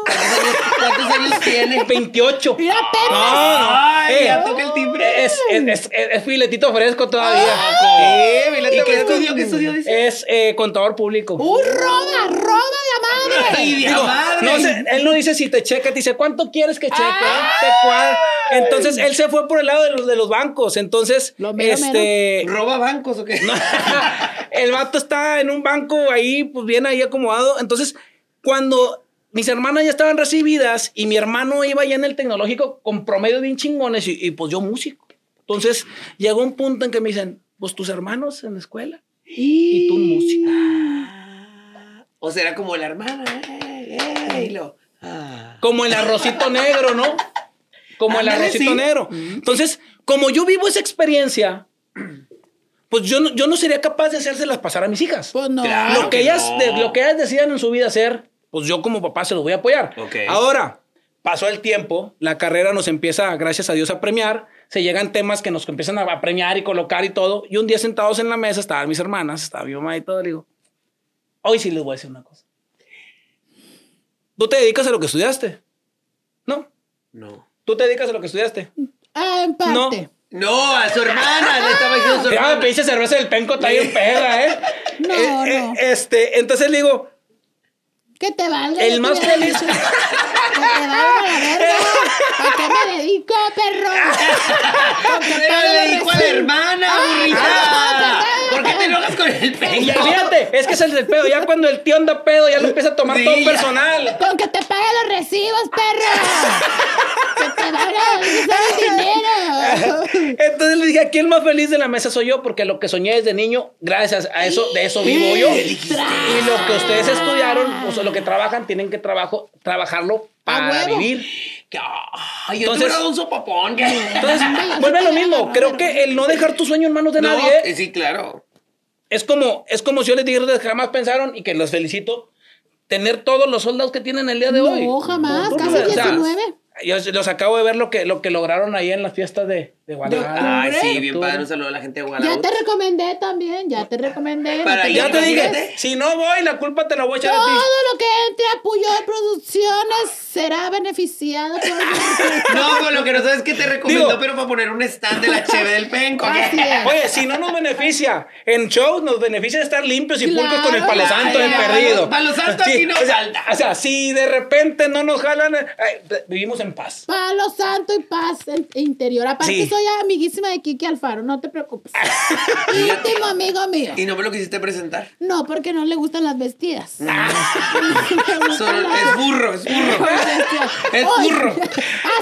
¿Cuántos años tiene?
28.
Mira, perro.
No, no.
Ay,
eh,
ya toca el timbre.
Es, es, es- es filetito fresco todavía.
Ah.
Ay.
Sí, filetito
¿Y qué
fresco.
estudió? ¿Qué estudió? Dice?
Es eh, contador público.
¡Uh, roba! ¡Roba la madre!
¡Ay, de la madre!
No sé, él no dice si te checa, te dice cuánto quieres que cheque, te cuadra. Entonces él se fue por el lado de los, de los bancos. Entonces,
Lo mero,
este.
¿Roba bancos o qué?
el vato está en un banco ahí, pues bien ahí acomodado. Entonces, cuando mis hermanas ya estaban recibidas y mi hermano iba ya en el tecnológico con promedios bien chingones y, y, pues yo músico. Entonces, llegó un punto en que me dicen, pues tus hermanos en la escuela y tú música.
O será como la hermana. eh, eh, y lo- ah.
Como el arrocito negro, ¿no? Como el
Ándale,
arrocito
sí.
negro. Entonces, como yo vivo esa experiencia, pues yo no, yo no sería capaz de hacérselas pasar a mis hijas.
Pues no.
Claro.
lo que,
que
ellas,
no.
de- lo que ellas decidan en su vida hacer, pues yo como papá se los voy a apoyar.
Ok.
Ahora, pasó el tiempo, la carrera nos empieza, gracias a Dios, a premiar. Se llegan temas que nos empiezan a premiar y colocar y todo. Y un día sentados en la mesa estaban mis hermanas, estaba mi mamá y todo. Le digo, hoy sí les voy a decir una cosa. ¿Tú te dedicas a lo que estudiaste? No.
No.
¿Tú te dedicas a lo que estudiaste?
Ah, en parte.
No.
No, a su hermana. Le estaba diciendo a su
Ah,
hermana.
pinche cerveza del penco está bien pega, ¿eh?
No,
Eh, eh,
no.
Este, entonces le digo,
Que te valga.
El
yo
más
te hubiera
feliz.
dicho, Que te valga la verga. ¿A qué me dedico, perro? Porque
Pero
todo
le dijo a la
recibo.
hermana,
Ah,
burrita. ¿Por qué te enojas con el
Y
peña?
fíjate, es que es el del pedo. Ya cuando el tío anda pedo, ya lo empieza a tomar
Sí,
todo
ya.
personal.
Con que te pague los recibos, perro. que te valga el dinero.
Entonces le dije, aquí el más feliz de la mesa soy yo, porque lo que soñé desde niño, gracias a eso, de eso vivo yo. Y lo que ustedes estudiaron, o sea, lo que trabajan, tienen que trabajo, trabajarlo
A
para
huevo.
vivir.
Que, Ay, yo
Entonces-
tuve un sopapón.
Entonces,
Ay,
vuelve a lo
yo te
mismo.
agarro, pero-
Creo que el no dejar tu sueño en manos de
No,
nadie
eh, sí, claro.
Es como, es como si yo les dijera que jamás pensaron y que los felicito, tener todos los soldados que tienen el día de
No,
hoy.
jamás,
Todos,
casi
o sea,
19.
yo los acabo de ver lo que, lo que lograron ahí en las fiestas de, de
ah,
Guadalajara.
Ay, sí, bien
Tú-
padre. Un saludo a la gente de
Ya te
Guadalajara.
recomendé también, ya te recomendé.
Para
no
Ya te dije,
Imagínate.
si no voy, la culpa te la voy a echar a
Todo
ti.
lo que entre a Puyol Producciones será beneficiado por
No, pues lo que no sabes es que te recomendó,
Digo-
pero para poner un stand de la cheve del penco. ¿qué?
Así es.
Oye, si no nos beneficia en shows, nos beneficia estar limpios y
Claro.
pulcos con el palo santo
Ay,
en
ay,
perdido.
Palo Santo aquí no
o sea,
falta.
O sea, si de repente no nos jalan, eh, eh, vivimos en paz.
Palo santo y paz en- interior. Aparte,
Sí.
soy amiguísima de Kiki Alfaro, no te preocupes. Íntimo amigo mío.
Y no me lo quisiste presentar.
No, porque no le gustan las vestidas.
Solo- es burro, es burro. Es burro.
Has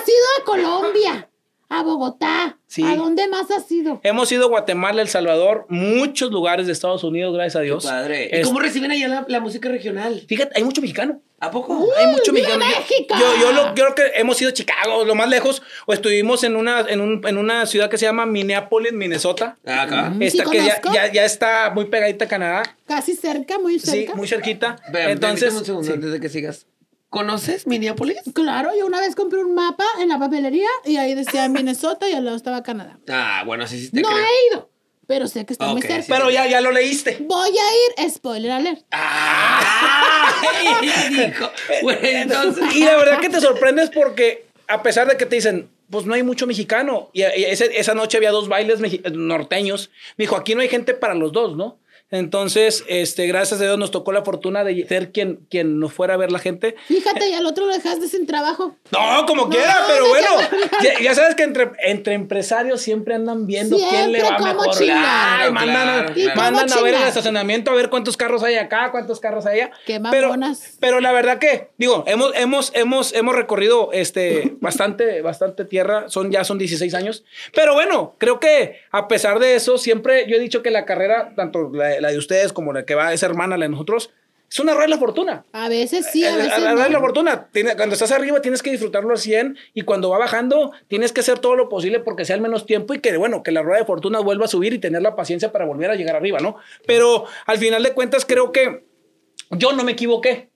ido a Colombia, a Bogotá.
Sí.
¿A dónde más has ido?
Hemos ido a Guatemala, El Salvador, muchos lugares de Estados Unidos, gracias a Dios.
Padre. ¿Y
Es-
cómo reciben allá la, la música regional?
Fíjate, hay mucho mexicano.
¿A poco?
Hay mucho
¡Viva
mexicano. Yo-
México!
Yo, yo, lo- yo creo que hemos ido a Chicago, lo más lejos, o estuvimos en una, en un- en una ciudad que se llama Minneapolis, Minnesota.
Ah, Acá.
Esta
Ah. Sí,
que ya,
conozco.
ya- ya está muy pegadita a Canadá.
Casi cerca, muy
Sí,
cerca.
muy cerquita.
Ven,
Entonces,
permíteme un segundo
sí.
antes de que sigas. ¿Conoces Minneapolis?
Claro, yo una vez compré un mapa en la papelería y ahí decía Minnesota y al lado estaba Canadá.
Ah, bueno, sí, sí te
No
creo.
he ido, pero sé que está muy
Ok,
cerca.
sí.
pero ya, ya lo leíste.
Voy a ir, spoiler alert.
¡Ah! Ella dijo. Bueno, entonces.
Y la verdad que te sorprendes porque, a pesar de que te dicen, pues no hay mucho mexicano. Y y ese- esa noche había dos bailes meji- norteños. Me dijo, aquí no hay gente para los dos, ¿no? Entonces, este, gracias a Dios nos tocó la fortuna de ser quien, quien nos fuera a ver la gente.
Fíjate, y al otro lo dejaste sin trabajo.
No, como quiera,
no,
pero
no,
bueno.
no.
Ya, ya sabes que entre, entre empresarios siempre andan viendo quién le va
Siempre cómo
mejor.
chingar.
Ay,
Claro,
mandan a-
claro, claro.
mandan
¿Cómo
a ver el
chingar?
estacionamiento, a ver cuántos carros hay acá, cuántos carros hay allá.
Qué
pero,
mamonas.
pero la verdad que, digo, hemos, hemos, hemos, hemos recorrido este, bastante, bastante tierra. Son, ya son 16 años. Pero bueno, creo que a pesar de eso, siempre yo he dicho que la carrera, tanto la, la de ustedes como la que va esa hermana, la de nosotros, es una rueda de la fortuna.
A veces sí, a
Eh,
veces
la verdad es la
no.
fortuna. Tiene- cuando estás arriba tienes que disfrutarlo al 100 y cuando va bajando tienes que hacer todo lo posible porque sea el menos tiempo y que, bueno, que la rueda de fortuna vuelva a subir y tener la paciencia para volver a llegar arriba, ¿no? Pero al final de cuentas creo que yo no me equivoqué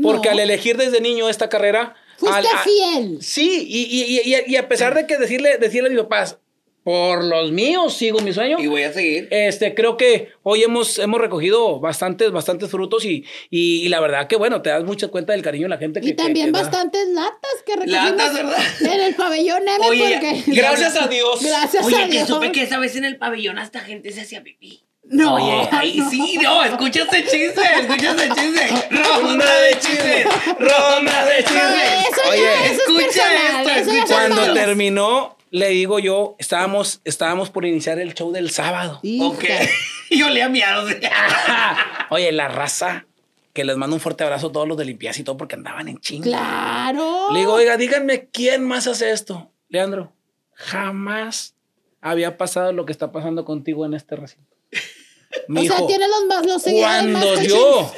porque
No.
al elegir desde niño esta carrera,
Fuiste
Al- a-
fiel.
Sí, y, y- y- y- y a pesar de que decirle, decirle a mis papás, por los míos sigo mi sueño.
Y voy a seguir.
Este, creo que hoy hemos, hemos recogido bastantes, bastantes frutos y, y, y la verdad que bueno, te das mucha cuenta del cariño de la gente que
Y
que-
también
que da.
bastantes latas
pues,
que recogimos
Latas, ¿verdad?
en el pabellón M
Oye,
porque...
y
eh, Gracias a Dios.
Gracias
Oye,
a
que
Dios.
supe que esa vez en el pabellón hasta gente se hacía pipí.
No,
Oye, ahí
no.
sí, no, escucha ese chiste, escucha ese chiste.
Ronda de chismes, ronda de chismes.
eso ya, eso es personal, eso ya son
Cuando
malos.
terminó, le digo yo, estábamos, estábamos por iniciar el show del sábado.
Hija.
Ok, yo le miado. o sea.
Oye, la raza, que les mando un fuerte abrazo a todos los de limpieza y todo porque andaban en chinga.
Claro.
Le digo, oiga, díganme quién más hace esto. Leandro, jamás había pasado lo que está pasando contigo en este recinto.
o
Mi
sea,
hijo,
tiene los más los seguidores más
cuando
cochinos.
yo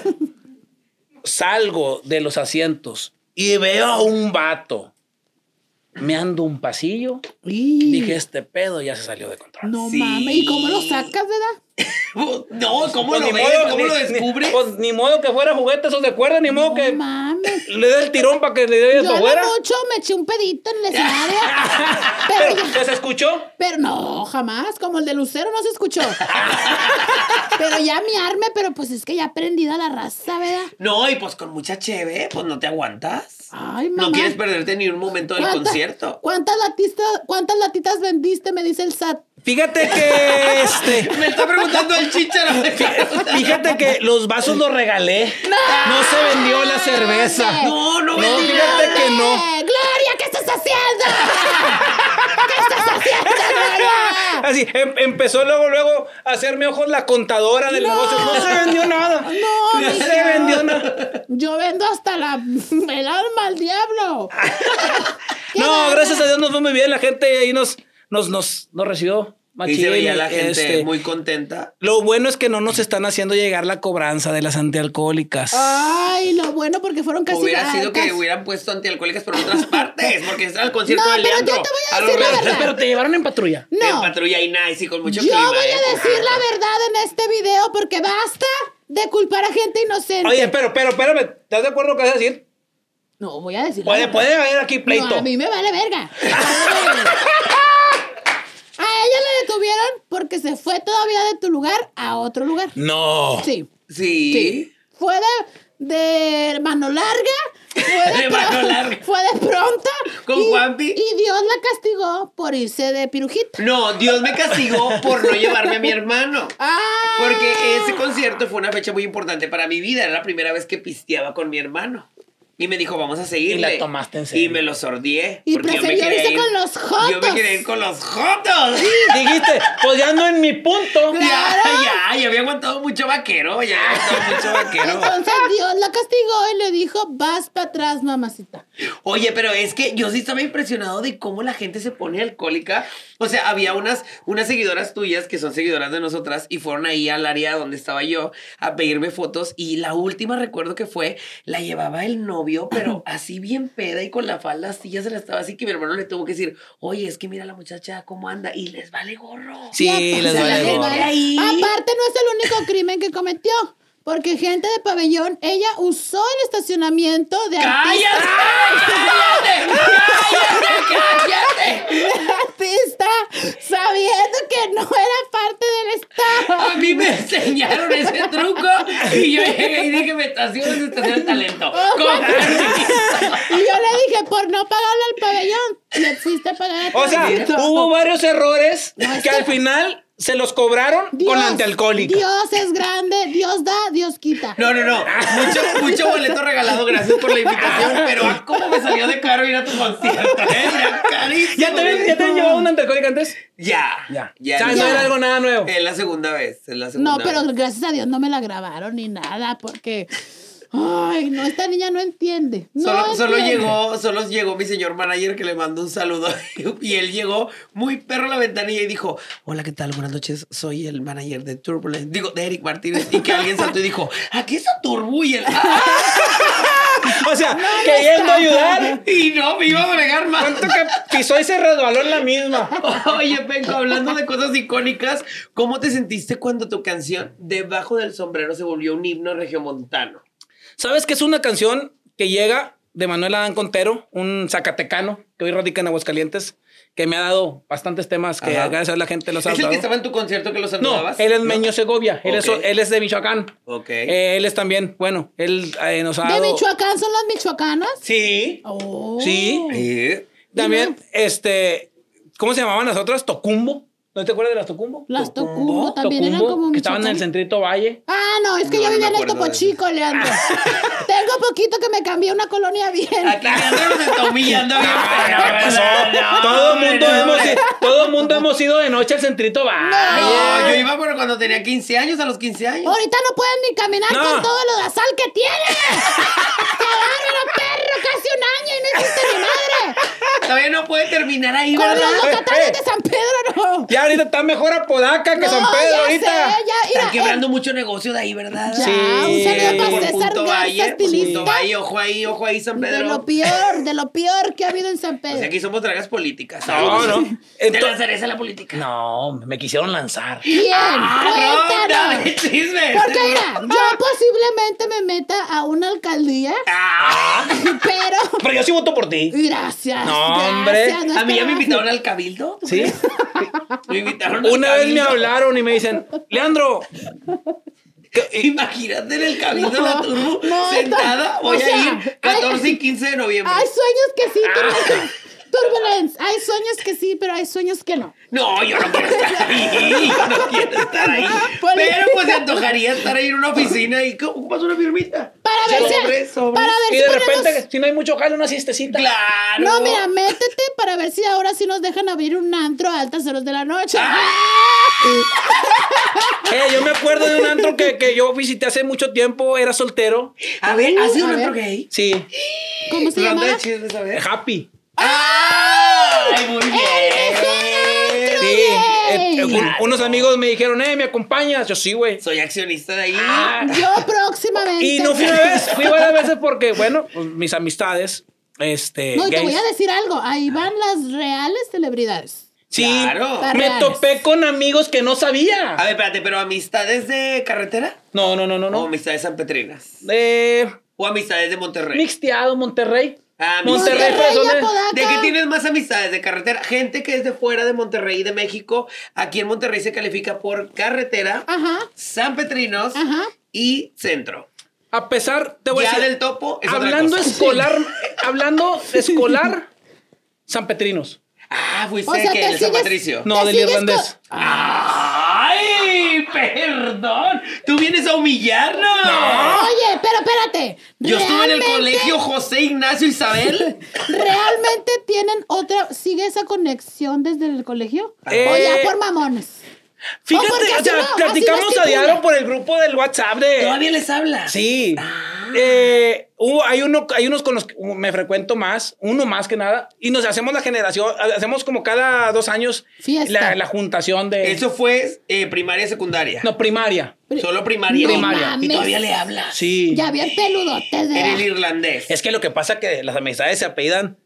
salgo de los asientos y veo a un vato, me ando un pasillo,
Y-
dije, este pedo ya se salió de control.
No
Sí.
mames, ¿y cómo lo sacas, verdad?
No, ¿cómo
Pues
lo
ni
ves?
modo,
¿Cómo
ni-
lo
ni-
descubres?
pues ni modo que fuera juguete esos de cuerda, ni modo
No
que
mames.
le dé el tirón para que le dé
Yo
eso
a
fuera.
lo mucho me eché un pedito en el escenario. pero,
Pero,
ya-
¿qué se escuchó?
pero no, jamás. Como el de Lucero no se escuchó. pero ya mi arme, pero pues es que ya aprendida la raza, ¿verdad?
No, y pues con mucha cheve, pues no te aguantas.
Ah,
Ay, mamá.
No quieres perderte ni un momento del
¿Cuántas-
concierto.
¿Cuántas latitas, cuántas latitas vendiste? Me dice el SAT.
Fíjate que este.
Me está preguntando el chicharo.
Fíjate que los vasos los regalé. No, se vendió la cerveza.
No, no,
No,
vendí nada.
fíjate que no.
¡Eh, Gloria, ¿qué estás haciendo? ¿Qué estás haciendo, Gloria?
Así, em- empezó luego, luego a hacerme ojos la contadora del negocio. No se vendió nada.
No,
no
mija.
se vendió nada.
Yo vendo hasta la, el alma al diablo. Qué
No,
bárbaro.
gracias a Dios nos fue muy bien. La gente ahí nos, nos, nos, nos recibió.
Y se
machín,
veía la gente
este.
muy contenta.
Lo bueno es que no nos están haciendo llegar la cobranza de las antialcohólicas.
Ay, lo bueno porque fueron casi
hubiera sido
blancas.
que hubieran puesto antialcohólicas por otras partes, porque está el concierto
No,
de
pero yo te
Leandro.
voy a
lo
decir la
mejor-
verdad.
Pero te llevaron en patrulla.
En
No,
patrulla y nice y con mucho
yo voy
clima.
a
¿eh?
decir la verdad en este video porque basta de culpar a gente inocente.
Oye, pero, pero, espérame, ¿estás de acuerdo con lo que vas a decir?
no, voy a decir la
Puede,
verdad.
puede haber aquí pleito.
No, a mí me vale verga. Me vale verga. A ella la detuvieron porque se fue todavía de tu lugar a otro lugar.
No.
Sí.
Sí.
Sí. Fue de, de mano larga. Fue de,
De mano
pro-
larga.
Fue de pronta.
Con
y-
Juanpi.
Y Dios la castigó por irse de pirujita.
No, Dios me castigó por no llevarme a mi hermano.
¡Ah!
Porque ese concierto fue una fecha muy importante para mi vida. Era la primera vez que pisteaba con mi hermano. Y me dijo, vamos a seguirle.
Y la tomaste en serio.
Y me lo sordié.
Y
porque yo me
prefirió
quería
irse
ir-
con los jotos.
Yo me quería ir con los jotos.
Dijiste, pues ya ando en mi punto.
Ya,
¡Claro!
ya, ya había aguantado mucho vaquero. Ya había aguantado mucho vaquero.
Entonces Dios la castigó y le dijo, vas para atrás, mamacita.
Oye, pero es que yo sí estaba impresionado de cómo la gente se pone alcohólica. O sea, había unas, unas seguidoras tuyas que son seguidoras de nosotras y fueron ahí al área donde estaba yo a pedirme fotos. Y la última recuerdo que fue, la llevaba el novio, pero así bien peda y con la falda así, ya se la estaba así que mi hermano le tuvo que decir, oye, es que mira la muchacha cómo anda y les vale gorro.
Sí,
Ya, pues,
les
se
vale
la
gorro.
llevaron.
Ahí.
Aparte, no es el único crimen que cometió. Porque gente de pabellón, ella usó el estacionamiento de
¡Cállate!
artistas.
¡Cállate! ¡Cállate! ¡Cállate!
artista sabiendo que no era parte del estado.
A mí me enseñaron ese truco y yo llegué y dije, me estacionas, estacionas el talento. ¿Cómo?
Y yo le dije, por no pagarle al pabellón, le fuiste a pagar al
O sea,
pabellón.
hubo varios errores
No, es
que
que-
al final se los cobraron con la antialcohólica.
Dios es grande, Dios da, Dios quita.
No, no, no. Mucho, mucho boleto regalado, gracias por la invitación. Pero ah, cómo me salió de caro ir a tu concierto, ¿eh? Era carísimo.
¿Ya te habían ya te habían llevado una antialcohólica antes?
Ya.
Ya.
Ya.
O sea,
es
no
la-
era algo nada nuevo.
Eh.
Es la segunda vez. Es la segunda
No, pero
vez.
gracias a Dios no me la grabaron ni nada, porque. Ay, no, esta niña no entiende. No
Solo, solo
entiende.
llegó, solo llegó mi señor manager que le mandó un saludo y él llegó muy perro a la ventanilla y dijo, hola, ¿qué tal? Buenas noches, soy el manager de Turbulence, digo, de Eric Martínez, y que alguien saltó y dijo, aquí está Turbu y el...
O sea, queriendo ayudar,
Y no, me iba a bregar más.
tanto que pisó y se resbaló en la misma.
Oye, Penco, hablando de cosas icónicas, ¿cómo te sentiste cuando tu canción Debajo del Sombrero se volvió un himno regiomontano?
¿Sabes que es una canción que llega de Manuel Adán Contero, un zacatecano que hoy radica en Aguascalientes, que me ha dado bastantes temas que
Ajá.
gracias a la gente los ha
¿Es el que
dado.
estaba en tu concierto que lo
No,
saludabas?
él es Meño Segovia, él, es,
Ok.
él es de Michoacán.
Ok.
Eh, él es también, bueno, él eh, nos ha
¿De
dado...
Michoacán son las michoacanas?
Sí.
Oh.
Sí.
Eh,
También, este, ¿cómo se llamaban las otras? Tocumbo. ¿No te acuerdas de las Tocumbo?
Las Tocumbo también eran
Tocumbo,
como
que estaban en el
Michoacán.
centrito Valle.
Ah, no, es que
No,
yo
no
vivía
me
en el
acuerdo
Topo
de-
Chico, Leandro. Tengo poquito que me cambié a una colonia bien.
Aquí Leandro nos está humillando. bien, pero
¿Qué pasó?
Ah, no,
todo
hombre,
el mundo
no,
hemos,
hombre.
ido- todo mundo hemos ido de noche al centrito Valle.
No, yo iba por cuando tenía 15 años, a los 15 años.
Ahorita no pueden ni caminar
No.
con todo lo de sal que tiene. ¡Qué bárbaro, perro! Casi un año y no existe mi madre.
Todavía no puede terminar ahí,
Con
¿verdad?
los
Eh, eh.
locatales de San Pedro, no.
Ya ahorita está mejor Apodaca que
No,
San Pedro
ya
ahorita.
sé, ya, mira,
Están quebrando
eh,
mucho negocio de ahí, ¿verdad?
ya,
Sí.
un saludo
Por
para César
Punto
Garza,
Valle, por Punto
estilista.
Valle, ojo ahí, ojo ahí, San
De
Pedro.
lo peor, de lo peor que ha habido en San
O
Pedro.
sea, aquí somos dragas políticas.
No, no.
Te
Entonces-
lanzaré a la política.
No, me quisieron lanzar.
Bien,
¡Ah,
cuéntanos.
no! ¡Chismes!
Porque mira, yo posiblemente me meta a una alcaldía,
Ah,
pero
Pero yo sí voto por ti.
gracias.
No,
gracias,
hombre.
no
a mí ya
esperaba.
me invitaron al cabildo. ¿tú
Sí.
crees? Me invitaron al
Una vez me
cabildo.
hablaron y me dicen, Leandro,
Imagínate en el cabildo de la turbo
no,
sentada.
no,
Voy
o
a
sea,
ir 14 y
ay,
15 de noviembre.
Hay sueños que sí,
Ah.
turbulence. Turbulence. Hay sueños que sí, pero hay sueños que no.
No, yo no quiero estar ahí. Yo no quiero estar ahí.
Política.
Pero pues se antojaría estar ahí en una oficina y ¿cómo ocupas una firmita?
Para ver si-
Sobre, sobre.
para ver
y
si
de
ponemos-
repente, si no hay mucho jale, una siestecita.
Claro.
No, mira, métete para ver si ahora sí nos dejan abrir un antro a altas horas de la noche.
Ah.
Eh, yo me acuerdo de un antro que, que yo visité hace mucho tiempo, era soltero.
A ver, ¿ha sido un
A ver.
antro gay?
Sí,
¿Cómo se
Ronda
llama? ¡Ah!
de chismes, a ver.
happy.
¡Ay, muy bien!
Sí,
Yay.
eh, eh, un- unos amigos me dijeron, eh, ¿me acompañas? Yo sí, güey.
Soy accionista de ahí.
Yo próximamente.
Y no fui una vez, fui varias veces porque, bueno, pues, mis amistades, este,
No, y te
gays.
voy a decir algo. Ahí van las reales celebridades.
Sí,
Claro.
me
Reales.
topé con amigos que no sabía.
A ver, espérate, pero amistades de carretera
No, no, no, no,
o
no.
amistades sanpetrinas
Eh,
o amistades de Monterrey.
mixteado, Monterrey.
Ah,
Monterrey,
Monterrey.
pues, ¿dónde?
Apodaca.
¿De qué tienes más amistades de carretera? Gente que es de fuera de Monterrey y de México. Aquí en Monterrey se califica por carretera,
Ajá.
San Petrinos
Ajá.
y centro.
A pesar, te voy a
Ya
decir.
del topo es otra
hablando
cosa.
escolar, eh, hablando escolar, San Petrinos.
Ah, fuiste
O sea,
que
te
el San
sigues-
Patricio.
No,
¿Te
del
sigues
irlandés.
¡Ay! Perdón. Tú vienes a humillarnos.
Ah.
Oye, pero espérate.
Yo estuve en el
Realmente-
colegio José Ignacio Isabel.
¿Realmente tienen otra? ¿Sigue esa conexión desde el colegio? o
Eh,
ya por mamones.
Fíjate,
Oh, porque
o
así
sea,
lo- así lo
platicamos a
estipula.
diario por el grupo del WhatsApp de.
Todavía les habla.
Sí.
Ah.
Eh, hubo- hay, uno, hay unos con los que uh, me frecuento más, uno más que nada, y nos hacemos la generación, hacemos como cada dos años
Fiesta.
La, la juntación de...
Eso fue eh, primaria y secundaria.
No, primaria.
Solo primaria.
No
Primaria.
mames.
Y todavía le habla.
Sí.
Ya había peludotes
En el
de
irlandés.
Es que lo que pasa es que las amistades se apellidan.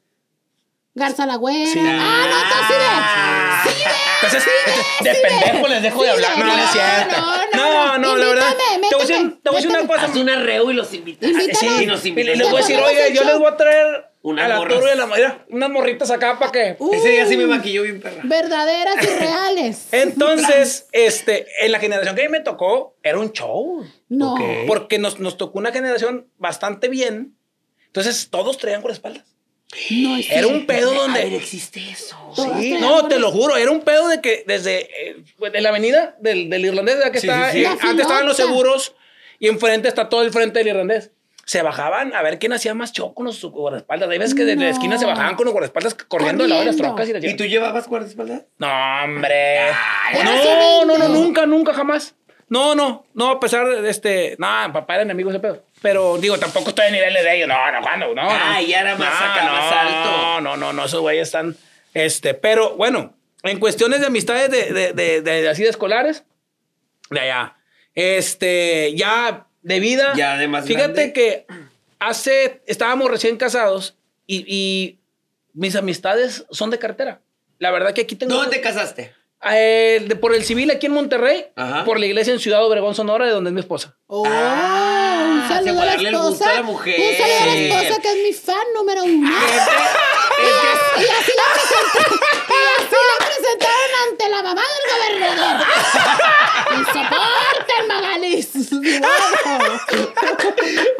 Garza la Güera.
Sí.
Ah, no, entonces sí
Ah.
ve.
Entonces, este, de
sí,
pendejo
ve.
les dejo
Sí,
de hablar.
ve.
No, no, es
No,
cierto.
no, no, no.
la verdad.
Invítame,
Te voy a decir,
méteme,
te voy a decir una
méteme.
cosa.
Haz un arreo y los invitas.
Invítanos.
Sí, y nos
Y
invitas.
les voy a decir,
Ponemos
oye,
el
yo
show.
les voy a traer
Unas
a la
morras.
torre de la madera, unas morritas acá para que...
Uh,
Ese día sí me maquilló bien perra.
Verdaderas y reales.
Entonces, este, en la generación que a mí me tocó, era un show.
No.
Ok.
Porque nos, nos tocó una generación bastante bien. Entonces, todos traían espaldas
No es
Era un
cierto.
pedo
A ver,
donde.
existe eso.
Todas traían
No, te
gorras.
lo juro, era un pedo de que desde eh, pues, de la avenida del, del irlandés, ¿verdad? Que
Sí,
está,
sí, sí.
eh,
La
antes estaban los
filota.
seguros y enfrente está todo el frente del irlandés. Se bajaban a ver quién hacía más show con los guardaespaldas. Ahí ves que desde la esquina se
No.
bajaban con los guardaespaldas corriendo al lado de las
Corriendo.
trocas y la
¿Y
chingada.
tú llevabas guardaespaldas?
No, hombre.
Ay,
No,
era
no, no,
civil, ¿no?
nunca, nunca, jamás. No, no, no, a pesar de este. No, papá era enemigo de ese pedo. Pero digo, tampoco estoy en niveles de ellos. No, no, cuando, no.
Ah,
no.
ya era más
No,
acá, más alto.
No, no, no, no, esos güeyes están. Este, pero bueno, en cuestiones de amistades de, de, de, de- así de escolares, de allá. Este, ya de vida.
Ya de más grande.
Fíjate que hace. Estábamos recién casados y, y mis amistades son de cartera. La verdad que aquí tengo.
¿Dónde te casaste?
eh, de- por el civil aquí en Monterrey,
Ajá.
por la iglesia en Ciudad Obregón, Sonora, de donde es mi esposa.
Oh,
Ah,
un saludo
se
a la
guarda el gusto
esposa.
a la mujer.
Un saludo a la esposa que es mi fan número uno.
Es
Y así la presentaron, y así la presentaron ante la mamá del gobernador. Insoporta el Magalis.
que-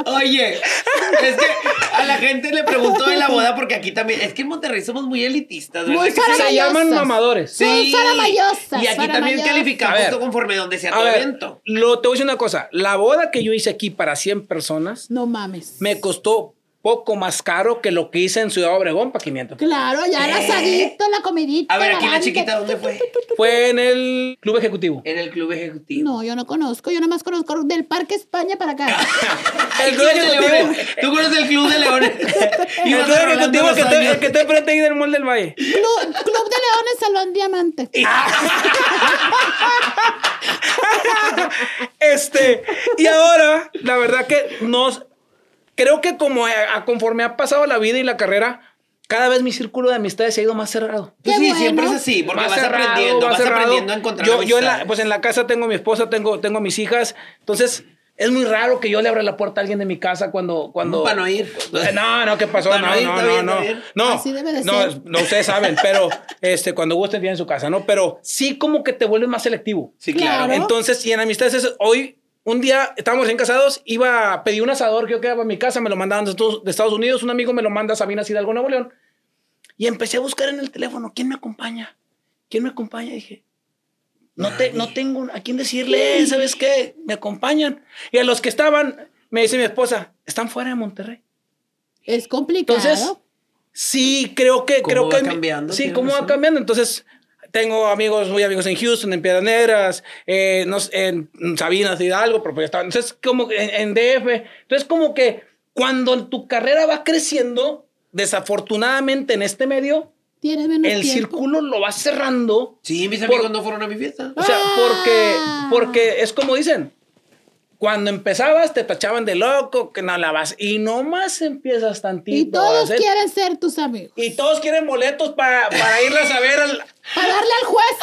oye, es que a la gente le preguntó de la boda porque aquí también. Es que en Monterrey somos muy elitistas, ¿verdad?
Muy
Que sí
para
se-
Se llaman
Maravillosas.
mamadores.
Son faramallosas,
Y aquí también
faramallosas.
calificamos
A ver.
todo conforme donde sea
A
tu
ver,
evento.
lo, te voy a decir una cosa. La boda que yo hice aquí para 100 personas
No mames.
me costó poco más caro que lo que hice en Ciudad Obregón para 500.
Claro, ya el asadito, la comidita.
Eh. A ver, aquí la
banca.
chiquita, ¿dónde fue?
Fue en el Club Ejecutivo.
En el club ejecutivo.
No, yo no conozco, yo nada más conozco del Parque España para acá.
El Club
Club de
Ejecutivo.
Leones. Tú conoces el club de leones.
Y el
vas Rolando
Club Ejecutivo que
Lozaña.
está, que está enfrente ahí del Mall del Valle.
Club, Club de Leones Salón Diamante.
Este, y ahora, la verdad que nos. Creo que como eh, a, a conforme ha pasado la vida y la carrera, cada vez mi círculo de amistades se ha ido más cerrado.
Pues
Qué
sí,
bueno.
siempre es así, porque
Más
vas
cerrado,
aprendiendo,
más
vas
cerrado.
aprendiendo a encontrar
yo, yo en la-
amistades.
Pues en la casa tengo a mi esposa, tengo, tengo a mis hijas. Entonces, es muy raro que yo le abra la puerta a alguien de mi casa cuando. cuando
Para no ir.
Eh, No, no, ¿qué pasó?
Para
No,
no ir,
no,
está
no,
bien,
no.
está bien.
No,
Así debe de
no,
ser.
es- no, ustedes saben, pero este, cuando gusten tienen su casa, ¿no? Pero sí como que te vuelves más selectivo.
Sí, claro.
Claro.
Entonces, y en amistades, eso, hoy, un día, estábamos recién casados, iba a pedir un asador que yo quedaba en mi casa, me lo mandaban de Estados, de Estados Unidos, un amigo me lo manda Sabina Hidalgo, Nuevo León, y empecé a buscar en el teléfono, ¿quién me acompaña? ¿Quién me acompaña? Dije, no, te, no tengo a quién decirle, ¿sabes qué? Me acompañan. Y a los que estaban, me dice mi esposa, están fuera de Monterrey.
Es complicado.
Entonces, sí, creo que...
¿Cómo
creo
va
que me-
cambiando?
Sí,
Tienes
cómo va
razón.
cambiando. Entonces, tengo amigos, muy amigos en Houston, en Piedras Negras, eh, no sé, en Sabinas, Hidalgo, pero pues ya estaba- Entonces, como que en, en DF. Entonces, como que cuando tu carrera va creciendo, desafortunadamente en este medio,
Tienes menos
el
tiempo.
círculo lo va cerrando.
Sí, mis
Por-
amigos no fueron a mi fiesta.
O sea,
Ah.
porque, porque es como dicen, cuando empezabas te tachaban de loco, que no la vas, y nomás empiezas tantito.
Y todos
a hacer-
quieren ser tus amigos.
y todos quieren boletos para, para irlas a ver al...
Para darle al juez.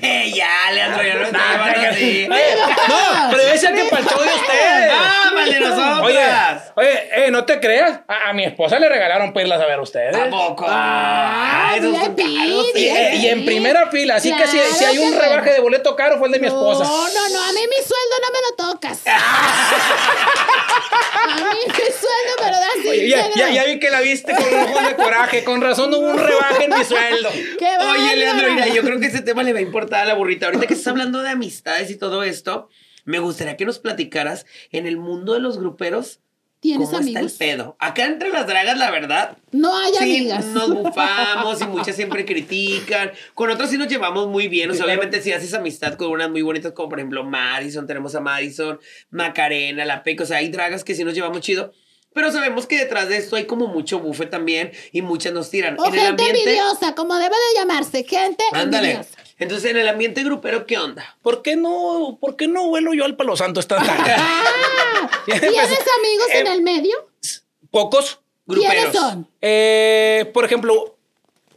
Eh, ya, Leandro, ya no me
Ah,
está
Ah,
llevando así.
Oye, Eh, no, pero yo decía que para el show de ustedes.
¡Ah, mal de
Oye,
nosotras!
oye, eh, no te creas, a, a mi esposa le regalaron para irlas a ver a ustedes.
Tampoco.
Ah,
Ay, esos son
VIP,
caros,
Y,
sí.
eh, y en primera fila, así que si,
Claro
si hay un
que no.
rebaje de boleto caro fue el de mi esposa.
No, no, no. A mí mi sueldo no me lo tocas. a mí mi sueldo me lo das
Oye, ya,
íntegro.
ya, ya vi que la viste con ojos de coraje, con razón hubo un rebaje en mi sueldo.
Qué
Oye,
bárbara.
Leandro, mira, yo creo que ese tema le va a importar a la burrita. Ahorita que estás hablando de amistades y todo esto, me gustaría que nos platicaras en el mundo de los gruperos.
¿Tienes
¿Cómo
amigos?
está el pedo? Acá entre las dragas, la verdad,
No hay
sí,
amigas.
nos bufamos y muchas siempre critican. Con otras sí nos llevamos muy bien. O sea,
Sí, claro.
obviamente si haces amistad con unas muy bonitas, como por ejemplo Madison, tenemos a Madison, Macarena, La Peco. O sea, hay dragas que sí nos llevamos chido. Pero sabemos que detrás de esto hay como mucho bufe también y muchas nos tiran.
O gente envidiosa, como debe de llamarse. Gente
Ándale.
envidiosa.
Entonces, en el ambiente grupero, ¿qué onda?
¿Por qué no, por qué no vuelo yo al Palo Santo esta tarde?
Ah, ¿Tienes amigos en
pues, Eh,
el medio?
Pocos.
Gruperos.
¿Quiénes son?
Eh, por ejemplo,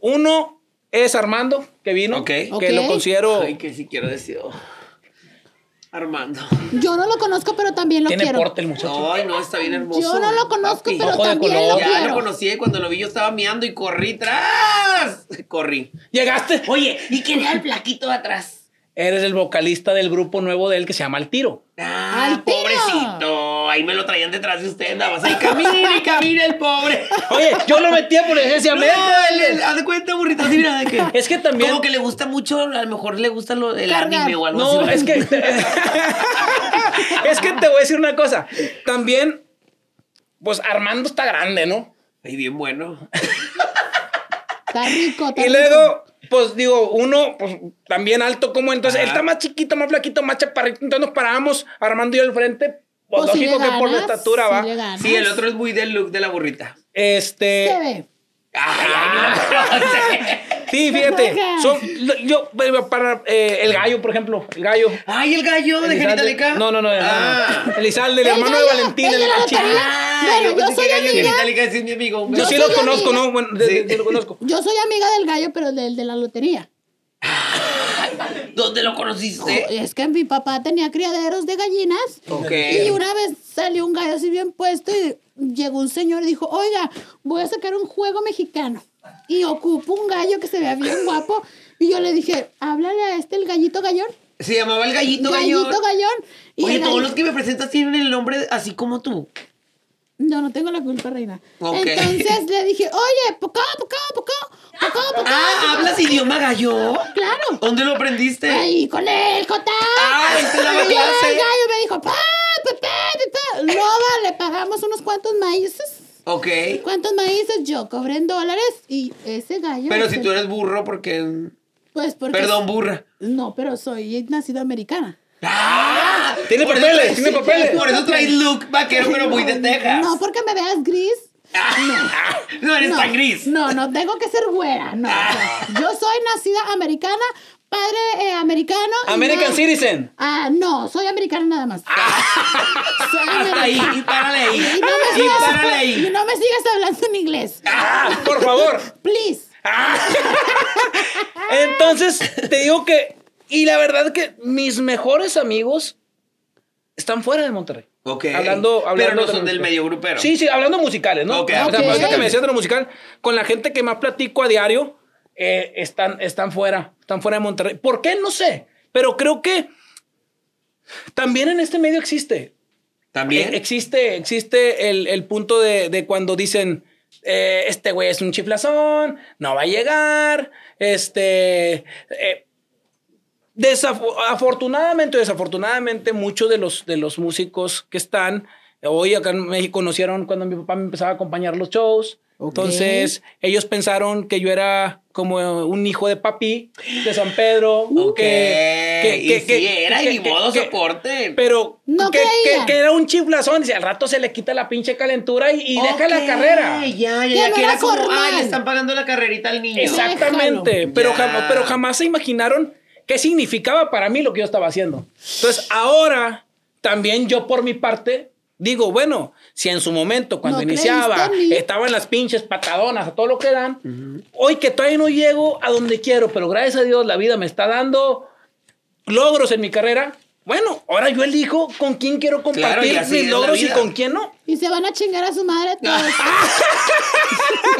uno es Armando, que vino,
Ok.
que
Ok.
lo considero...
Ay, que sí quiero decir. oh. Armando.
Yo no lo conozco, pero también lo
tiene
quiero.
porte el muchacho.
Ay, no, está bien hermoso.
Yo no lo conozco,
Papi.
pero
Ojo de
también lo
color.
Ya lo
quiero.
conocí y cuando lo vi yo estaba miando y corrí tras. Corrí.
¿Llegaste?
Oye, ¿y quién era el plaquito de atrás?
Eres el vocalista del grupo nuevo de él que se llama El Tiro.
Ah,
¡Al tiro!
pobrecito. Ahí me lo traían detrás de ustedes nada más. Ahí camina y camina el pobre.
Oye, yo lo metía por esencia
No, él, él, haz de cuenta, burrito, así mira de qué.
Es que también-
Como que le gusta mucho, a lo mejor le gusta lo- el
Cargar.
anime o algo así.
No, es que. es que te voy a decir una cosa. También, pues Armando está grande, ¿no?
Ay, bien bueno.
Está rico, está
Y
rico.
luego, pues digo, uno, pues también alto como él. entonces,
Ajá.
él está más chiquito, más flaquito, más chaparrito. Entonces nos parábamos Armando y yo al frente. Pues,
si le
lógico que por la
ganas,
estatura
si
va.
le ganas.
Sí, el otro es muy del look de la burrita.
Se
Este.
ve.
Ay,
Ah.
ay, no, no sé.
Sí, fíjate. Son, yo, para eh, el gallo, por ejemplo. El gallo.
Ay, el gallo de Janita
Elizalde.
Leca.
No, no, no.
Ah.
no. Elizalde, el hermano
gallo,
de Valentín.
el de
el-
la
chica.
lotería.
Ah,
Pero yo
pensé
soy
que el gallo de
amiga.
Janita Leca es mi amigo.
Yo sí
Yo
lo
soy
conozco,
amiga.
¿no? Bueno, de- de- de- lo conozco.
Yo soy amiga del gallo, pero del de la lotería. Oh,
¿Dónde lo conociste?
Es que mi papá tenía criaderos de gallinas.
Ok.
Y una vez salió un gallo así bien puesto y llegó un señor y dijo, oiga, voy a sacar un juego mexicano. Y ocupo un gallo que se vea bien guapo. Y yo le dije, háblale a este el gallito gallón.
Se llamaba el gallito,
gallito
gallón.
gallón. Y
Oye,
el
todos
gallo-
los que me presentas tienen el nombre así como tú.
No, no tengo la culpa, reina.
Ok.
Entonces le dije, oye, pocó, pocó, pocó, pocó, pocó.
Ah, ¿hablas idioma gallo?
Claro.
¿Dónde lo aprendiste?
Ahí, con el Jota.
Ah, este daba
Y el
clase.
gallo me dijo, pa, pa, pa, pa, pa. No, vale, pagamos unos cuantos maíces.
Ok.
¿Cuántos maíces? Yo cobré en dólares y ese gallo.
Pero si
este,
tú eres burro, porque.
Pues porque.
Perdón, burra.
No, pero soy nacida americana.
¡Ah!
Tiene
Por eso
papeles,
traes-
tiene papeles.
Por eso traes look vaquero, pero muy de Texas.
No, porque me veas gris.
Ah, no eres
no,
tan gris.
No, no tengo que ser güera, no. Yo soy nacida americana, padre eh, americano. y
American
nada-
Citizen.
Ah, no, soy americana nada más. Soy
Ah. Hasta ahí,
americana.
y párale ahí.
Y no me
Y
sigas-
párale
y
ahí.
no me sigas hablando en inglés.
Ah, por favor.
Please.
Entonces, te digo que. Y la verdad que mis mejores amigos están fuera de Monterrey.
Ok.
Hablando, hablando
Pero no
de
son del
música.
medio grupero.
Sí, sí, hablando musicales, ¿no?
Ok,
O sea,
ok.
por eso que me decías de lo musical, con la gente que más platico a diario, eh, están, están fuera, están fuera de Monterrey. ¿Por qué? No sé. Pero creo que también en este medio existe. Eh,
También.
Existe, existe el, el punto de, de cuando dicen, eh, este güey es un chiflazón, no va a llegar, este... eh, desafo- afortunadamente o desafortunadamente, muchos de los, de los músicos que están hoy acá en México conocieron cuando mi papá me empezaba a acompañar a los shows. Entonces, ellos pensaron que yo era como un hijo de papi de San Pedro.
Ok.
que- que-
y
que-
sí
que-
era,
que-
y ni
que-
modo
que-
soporte.
pero
No
que,
creía.
que- que era un chiflazón. Dice, al rato se le quita la pinche calentura y, y deja la
Ok,
carrera.
Ya, ya,
Que
ya.
no
Que era
era
como,
formal.
ay, le están pagando la carrerita al niño.
Exactamente.
Déjalo.
Pero,
Ya.
jamás, pero jamás se imaginaron qué significaba para mí lo que yo estaba haciendo. Entonces, ahora también yo por mi parte digo, bueno, si en su momento cuando
No
iniciaba
creíste en mí.
estaban las pinches patadonas a todo lo que dan, hoy que todavía no llego a donde quiero, pero gracias a Dios la vida me está dando logros en mi carrera. Bueno, ahora yo elijo con quién quiero compartir
y así es
mis
la
logros y
vida.
con quién no.
Y se van a chingar a su
Ah.
madre todos.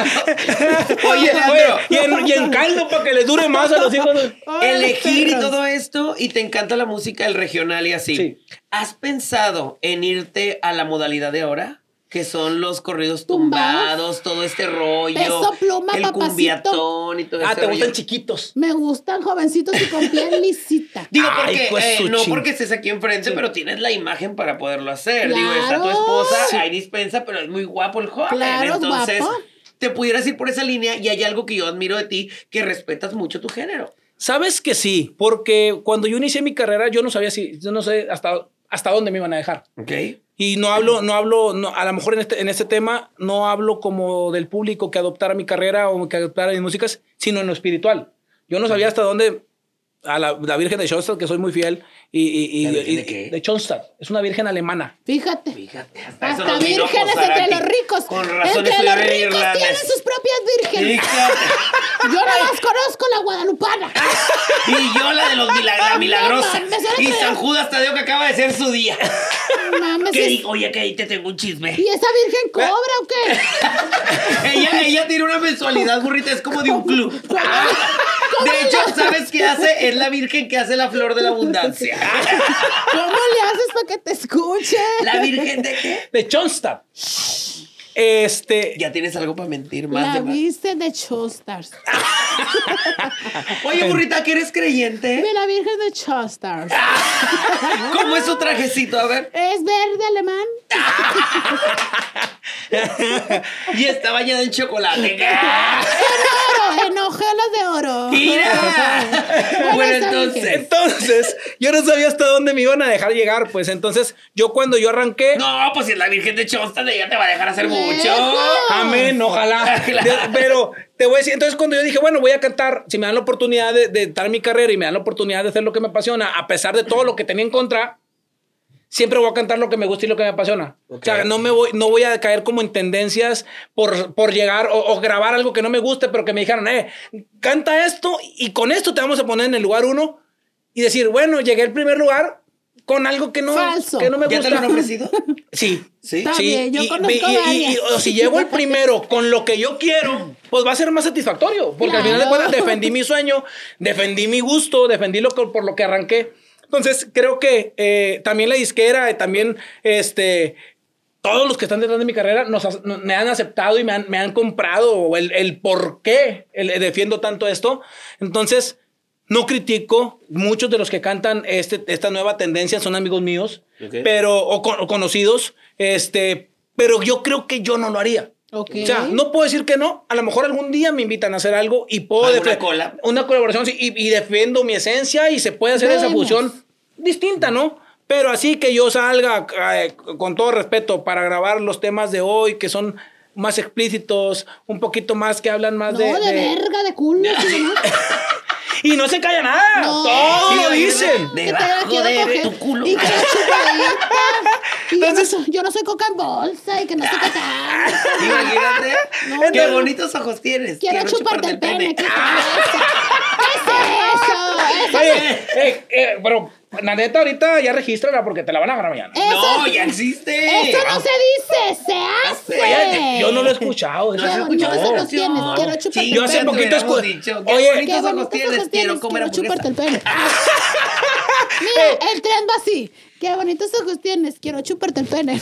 Oye, Leandro.
y, en, y en caldo para que les dure más a los hijos. de-
elegir y todo esto y te encanta la música, el regional y así.
Sí.
¿Has pensado en irte a la modalidad de ahora? Que son los corridos
Tumbados.
tumbados, todo este rollo.
Peso pluma,
el
papacito.
cumbiatón y todo
Ah,
ese
te
rollo.
gustan chiquitos.
Me gustan jovencitos y con piel lisita.
Digo,
Ay,
porque,
pues,
eh,
su
no
chin-
porque estés aquí enfrente, pero tienes la imagen para poderlo hacer. Digo, está tu
Claro.
esposa,
Sí.
hay dispensa, pero es muy guapo el joven.
Claro, es
Entonces,
guapo.
te pudieras ir por esa línea y hay algo que yo admiro de ti, que respetas mucho tu género.
Sabes que sí, porque cuando yo inicié mi carrera yo no sabía si, yo no sé hasta, hasta dónde me iban a dejar.
¿Ok?
Y no hablo, no hablo, no- a lo mejor en este, en este tema no hablo como del público que adoptara mi carrera o que adoptara mis músicas, sino en lo espiritual. Yo no sabía hasta dónde, a la, la Virgen de Schoenstatt, que soy muy fiel, y, y- y-
¿La Virgen de
y-
qué?
de Schoenstatt, es una virgen alemana.
Fíjate.
Fíjate, hasta, eso
Hasta
nos vino
vírgenes
Mozart
entre
aquí.
los ricos.
Con razón
entre los
estuvieron en
ricos
Irlanda.
tienen sus propias vírgenes.
Fíjate.
Yo nada más conozco la guadalupana.
Y yo la de los milag- la
No
milagrosa.
mames, ahora
Y
que-
San Judas Tadeo que acaba de ser su día.
No mames,
¿Qué
es-
di- Oye, que ahí te tengo un chisme.
¿Y esa virgen cobra o qué?
ella, ella tiene una mensualidad burrita, es como de un club. De hecho, ¿sabes qué hace? Es la virgen que hace la flor de la abundancia.
¿Cómo le haces para que te escuche?
¿La virgen de qué?
De Schoenstatt. Este,
Ya tienes algo para mentir más
La
de más.
viste de Chostars.
Oye, burrita, que eres creyente.
De la virgen de Chostars.
¿Cómo es su trajecito? A ver.
Es verde alemán.
Y está bañada en chocolate.
En oro, en hojuelas de oro.
¡Mira!
Por
Bueno,
eso
entonces-
dije.
Entonces, yo no sabía hasta dónde me iban a dejar llegar, pues entonces yo cuando yo arranqué,
No, pues si es la Virgen de Chonsta, ella te va a dejar hacer
Eso.
mucho.
amén, ojalá.
Claro.
De- Pero te voy a decir, entonces cuando yo dije, bueno, voy a cantar, si me dan la oportunidad de, de dar mi carrera y me dan la oportunidad de hacer lo que me apasiona, a pesar de todo lo que tenía en contra, siempre voy a cantar lo que me gusta y lo que me apasiona.
Ok.
O sea, no me voy, no voy a caer como en tendencias por, por llegar o, o grabar algo que no me guste, pero que me dijeron, eh, canta esto y con esto te vamos a poner en el lugar uno y decir, bueno, llegué al primer lugar con algo que no,
Falso.
que no me
¿Ya
gusta.
te lo han ofrecido?
Sí.
Sí.
Está bien, yo conozco varias.
o si llego el primero con lo que yo quiero, pues va a ser más satisfactorio. Porque al final de
Claro.
cuentas defendí mi sueño, defendí mi gusto, defendí lo que- por lo que arranqué. Entonces creo que eh, también la disquera, eh, también este, todos los que están detrás de mi carrera nos, ac- no- me han aceptado y me han, me han comprado el, el por qué el- el defiendo tanto esto. Entonces, no critico. Muchos de los que cantan este, esta nueva tendencia son amigos míos
Ok.
pero, o, con- o conocidos. Este, pero yo creo que yo no lo haría.
Ok.
O sea, no puedo decir que no. A lo mejor algún día me invitan a hacer algo y puedo.
¿Alguna
defe-
cola?
Una colaboración sí, y, y defiendo mi esencia y se puede hacer esa
Vemos.
fusión distinta, ¿no? Pero así que yo salga, eh, con todo respeto, para grabar los temas de hoy que son más explícitos, un poquito más que hablan más
No,
de,
de,
de-
verga, de culo. sí, ¿no?
Y no se calla nada.
No.
Todo
Sí,
lo
oye,
dicen.
Que te la
Debajo
quiero
de
coger.
tu culo.
Y que la chupadita. Y
Entonces-
yo, no soy, yo no soy coca en bolsa y que no sé qué
Ah,
tal.
Imagínate.
No,
qué
no.
bonitos ojos tienes.
Quiero chuparte el pene. ¿Qué te pasa? ¿Qué es eso?
Oye, eh, eh, pero la neta ahorita ya regístrala porque te la van a ganar mañana.
Eso,
No,
eso-
ya Ah. existe.
eso no se dice, se hace.
Oye, yo no lo he escuchado.
No
eso.
has
Qué
escuchado
bonitos
esa
ojos tienes,
canción.
quiero chuparte
Sí,
el
yo hace
pene.
poquito escu-
Oye.
Oye, qué bonitos ojos tienes. Quiero comer
chuparte
hamburguesa.
el pene. Mira, el tren va así. Qué bonitos ojos tienes, quiero chuparte el pene.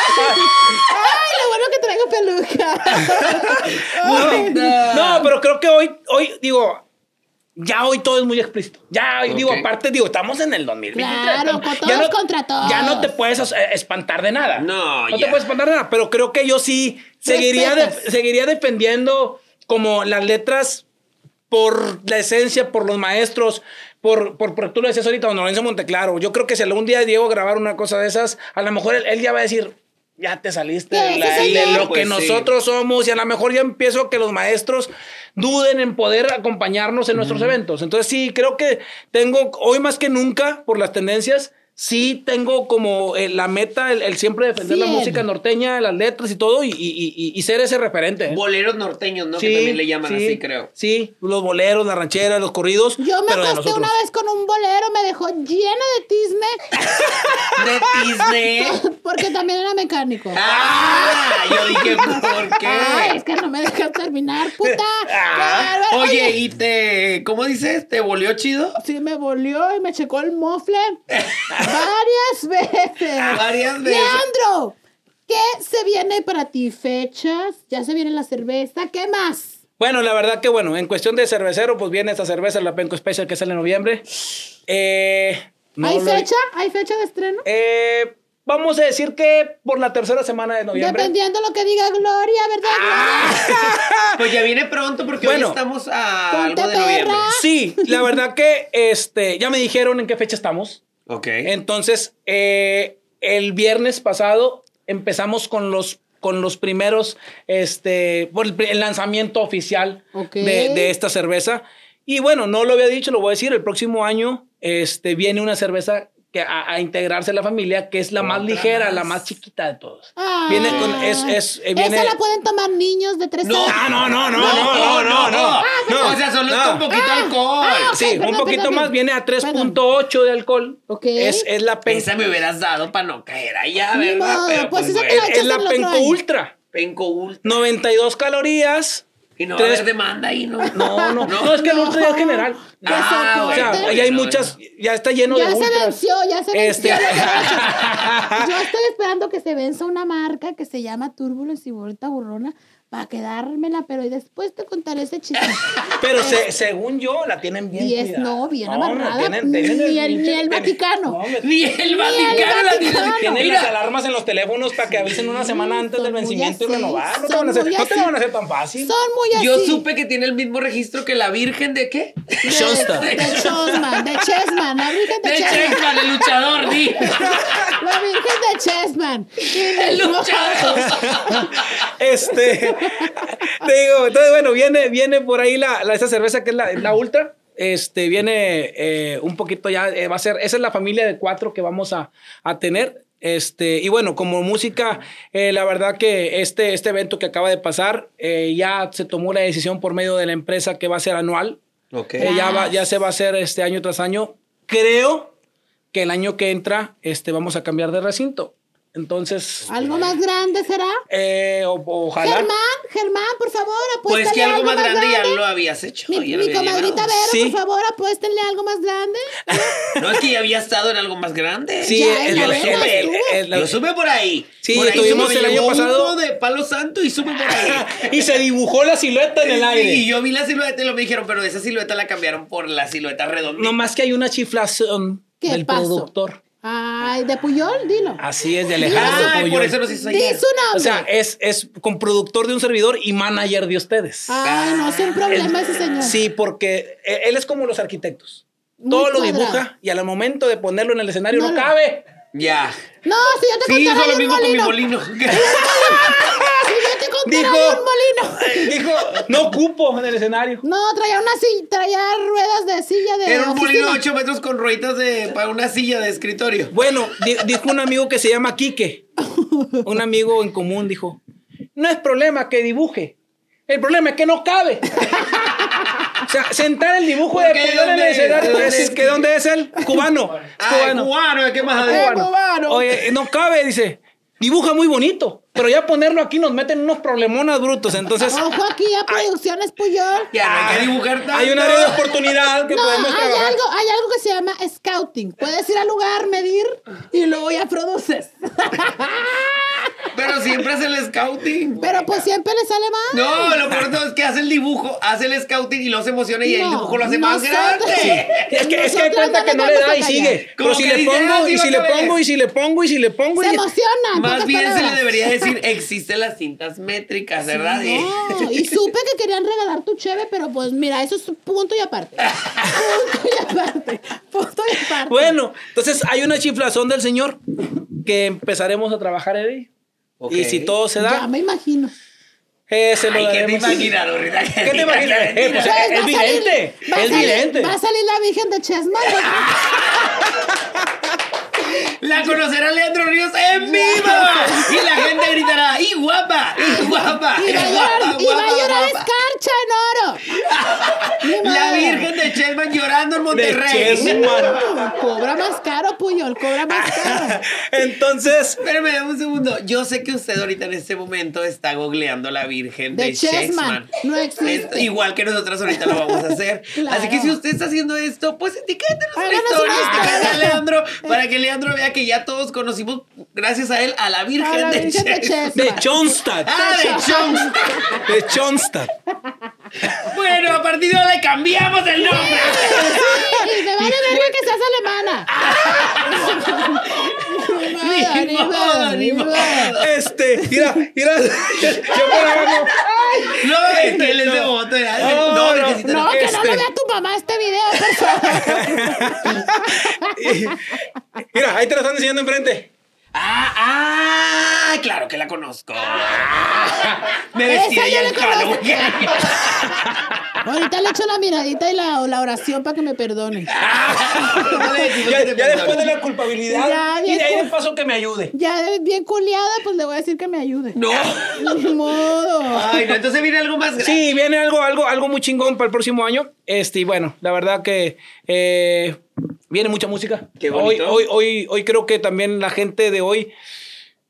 Ay, lo bueno que traigo peluca.
Bonita.
No, pero creo que hoy, hoy, digo, ya hoy todo es muy explícito. Ya hoy, digo,
Ok.
aparte, digo, estamos en el 2023.
Claro, con
Ya
todos contra todos.
Ya no te puedes as- eh, espantar de nada.
No,
No
ya.
te puedes espantar de nada, pero creo que yo sí seguiría, de-
Respetas.
seguiría defendiendo como las letras por la esencia, por los maestros, por, por, por tú lo decías ahorita, don Lorenzo Monteclaro. Yo creo que si algún día Diego grabar una cosa de esas, a lo mejor él, él ya va a decir, ya te saliste de,
Sí,
la-
sí,
de
señor.
lo que
Pues sí.
nosotros somos y a lo mejor ya empiezo que los maestros duden en poder acompañarnos en nuestros eventos. Entonces sí, creo que tengo, hoy más que nunca, por las tendencias, sí tengo como eh, la meta, el, el siempre defender la
Bien.
música norteña, las letras y todo, y, y- y- y ser ese referente. ¿eh?
Boleros norteños, ¿no?
Sí,
que también le llaman
sí,
así, creo.
Sí, los boleros, las rancheras, los corridos.
Yo me
pero de
acosté
nosotros.
una vez con un bolero, me dejó llena de tisme
De Disney.
porque también era mecánico.
Ah, yo dije, ¿por
Ay, es
qué?
que no me dejas terminar, puta. Qué
Ah,
bárbaro.
oye, y te, ¿cómo dices? ¿Te volvió chido?
Sí, me volvió y me checó el mofle varias veces.
Varias veces.
Leandro, ¿qué se viene para ti? ¿Fechas? ¿Ya se viene la cerveza? ¿Qué más?
Bueno, la verdad que bueno, en cuestión de cervecero, pues viene esta cerveza, la Penco Special, que sale en noviembre. Eh, no
¿Hay
lo-
fecha? ¿Hay fecha de estreno?
Eh, vamos a decir que por la tercera semana de noviembre. Ah,
Dependiendo lo que diga Gloria, ¿verdad?
Pues ya viene pronto porque
Bueno.
hoy estamos a
Ponte
algo de noviembre.
perra.
Sí, la verdad que este, ya me dijeron en qué fecha estamos.
Ok.
Entonces, eh, el viernes pasado empezamos con los con los primeros, este, por el, pri- el lanzamiento oficial
Ok.
de, de esta cerveza. Y bueno, no lo había dicho, lo voy a decir, el próximo año este, viene una cerveza que a, a integrarse a la familia, que es la más
Otra
ligera, la
más.
más chiquita de todas.
Ah.
viene con, es, es, eh, viene-
Esa la pueden tomar niños de tres
No,
años.
ah, no, no, no, no, no, no, no.
O sea, solo está
no.
un poquito
ah,
alcohol.
ok.
Sí, un
perdón,
poquito
perdón,
más,
perdón.
viene a
Perdón.
3.8 de alcohol.
Ok.
Es, es la penco.
Esa me hubieras dado para no caer allá,
Ni
¿verdad?
modo,
Pero
pues
pues,
esa te
bueno,
la-
Es, es la
Échaselo
penco
otro año.
ultra.
penco ultra.
92 calorías.
Y no va a
Tres-
haber demanda ahí, ¿no?
No, no, no, es que el ultra ya es general.
De
Ah,
O
soporte.
sea,
bueno,
ahí hay
bueno,
muchas, ya está lleno
ya
de
se
ultras.
venció, ya se
Este-
venció. Yo estoy esperando que se venza una marca que se llama Turbulence y Vuelta Burrona para quedármela, pero y después te contaré ese chiste.
Pero se- según yo, la tienen bien
Diez,
cuidada.
no, bien
la
amarrada. Ni el- ni el Vaticano.
No, hombre,
Ni el Vaticano
Vaticano.
la tiene.
tienen las
Mira,
alarmas en los teléfonos para que avisen una semana antes
son
del
muy
vencimiento y
así,
renovar. No te,
son
van a hacer,
muy
no te lo
así.
van a hacer tan fácil.
Son muy así.
yo supe que tiene el mismo registro que la Virgen de qué?
de,
Shonsta.
de Chosman, de Chessman, la Virgen de,
De
Chessman.
Chesman, el luchador, di.
La Virgen de Chessman.
El luchador.
Este, te digo, entonces bueno, viene, viene por ahí la, la- esa cerveza que es la, la Ultra. Este, viene eh, un poquito ya, eh, va a ser, esa es la familia de cuatro que vamos a, a tener. Este, y bueno, como música, eh, la verdad que este, este evento que acaba de pasar, eh, ya se tomó la decisión por medio de la empresa que va a ser anual.
Ok.
Pues
Eh, ya, va- ya se va a hacer este año tras año. Creo que el año que entra este, vamos a cambiar de recinto. Entonces,
¿Algo más grande será?
eh, o- ojalá.
Ah. Germán, Germán, por favor, apuéstale
Pues que algo más grande ya
grande.
lo habías hecho.
Mi,
ya lo
mi
habías
comadrita
llevado.
Vero,
Sí.
por favor, apuéstenle algo más grande.
No, es que ya había estado en algo más grande.
Sí,
Ya,
el-
ya
el-
vemos,
el- el- el-
Lo sube por ahí.
Sí,
por ahí
estuvimos
sube,
el año
llevó
pasado.
uno de palo santo y sube por ahí.
y se dibujó la silueta en el
Y
aire.
yo vi la silueta y lo me dijeron, pero esa silueta la cambiaron por la silueta redonda.
No más que hay una chiflación
¿Qué
del
pasó?
productor.
Ay, de Puyol, dilo.
Así es, de Alejandro
Ay,
Puyol.
por eso nos hizo
Di
allá.
su nombre.
O sea, es, es con productor de un servidor y manager de ustedes.
Ay, no, es un problema ese señor.
Sí, porque e- él es como los arquitectos.
Muy
Todo lo
cuadrado.
dibuja y al momento de ponerlo en el escenario no,
No lo-
cabe.
Ya.
No, si yo te
Sí,
contara
hizo
de
lo
un
mismo con mi
molino.
molino.
Si yo te contara
Dijo-
de un molino.
Dijo, no ocupo en el escenario.
No, traía una silla, traía ruedas de silla de
Era un molino
oficina.
de 8 metros con rueditas de, para una silla de escritorio.
Bueno, di- dijo un amigo que se llama Quique, un amigo en común, dijo, no es problema que dibuje, el problema es que no cabe. O sea, sentar el dibujo de
Porque
Puyol en el
¿dónde es?
escenario,
¿Dónde
es,
es?
que ¿dónde es él? Cubano.
Ay,
Cubano.
Ah, cubano, ¿qué más
Eh,
adentro?
cubano.
Oye, no cabe, dice. Dibuja muy bonito, pero ya ponerlo aquí nos meten unos problemonas brutos. Entonces,
Ah,
Ojo aquí a Producciones Puyol.
Ya, no Ah, hay que dibujar tanto.
hay un área de oportunidad que
No, hay
podemos trabajar.
algo, hay algo que se llama scouting. Puedes ir al lugar, medir y luego ya produces.
Pero siempre es el scouting.
Pero pues siempre le sale mal.
No, lo peor de todo es que hace el dibujo, hace el scouting y luego se emociona y el
No,
dibujo lo hace más
nosotras-
grande.
Es que, es que hay
Nosotras
cuenta
no
que
nos
no le
vamos
da
a
y
callar.
sigue.
Como
Pero si
que
le
dice,
pongo,
ah, sí
y
va
si
a
le
caber.
pongo, y si le pongo, y si le pongo.
Se
y-
emociona. en
Más
pocas
bien se le
palabras.
debería decir, existen las cintas métricas, ¿verdad? Y-
No, y supe que querían regalar tu cheve, pero pues mira, eso es un punto y aparte. Punto y aparte. Punto y aparte.
Bueno, entonces hay una chiflazón del señor que empezaremos a trabajar en ella.
Ok.
Y si todo se
ya
da,
me imagino.
eh, se lo
Ay, ¿qué te
daremos.
imaginas, Dorita?
¿Qué te imaginas? Eh, pues,
Pues,
es
va a
vidente,
salir- va a
es
salir-
vidente.
Va a salir la Virgen de Chesma.
La conocerá Leandro Ríos en vivo. Y la gente gritará, ¡y guapa! ¡y guapa!
Y va a
¡y
llorar,
guapa,
y va a
guapa,
llorar
guapa!
escarcha en oro. Ni
La
madre.
Virgen de Chelman llorando en
De
Monterrey.
Chesman.
Cobra más caro, Puyol, cobra más caro.
Entonces,
Espérame dame un segundo. Yo sé que usted ahorita en este momento está googleando la Virgen de,
De
Chessman.
Chessman. No existe.
Es- igual que nosotras ahorita lo vamos a hacer.
Claro.
Así que si usted está haciendo esto, pues etiquétenos en la
Háganos
historia.
una historia.
etiqueta a Leandro para que Leandro vea que ya todos conocimos, gracias a él, a la Virgen,
A la
de,
Virgen de
Chessman.
Chesma.
de Chonstad.
Ah, de Chong.
Ah.
De Chonstad.
Bueno, a partir de ahora le cambiamos el nombre.
Sí, y me vale verga que seas alemana.
Ni modo, ni modo.
Este, mira, mira. Yo por abajo.
No, este, él es de Bogotá. era de-
No,
No,
no,
necesita-
No, que no
Este.
lo vea tu mamá este video, por favor.
Mira, ahí te lo están enseñando enfrente.
Ah, ah, claro que la conozco. Me
Esa
vestí de
yo
ella en
la conozco.
Halloween.
Ahorita le echo la miradita y la, la oración para que me perdone.
No le decimos
Ya,
que te
ya después de
perdono.
la culpabilidad.
Ya,
y de ahí
viejo.
de paso que me ayude.
Ya bien culiada, pues le voy a decir que me ayude.
No.
Ni modo.
Ay, no, entonces viene algo más grande.
Sí, viene algo, algo, algo muy chingón para el próximo año. Este, y bueno, la verdad que eh, viene mucha música.
Qué
hoy,
bonito.
hoy, hoy, hoy creo que también la gente de hoy.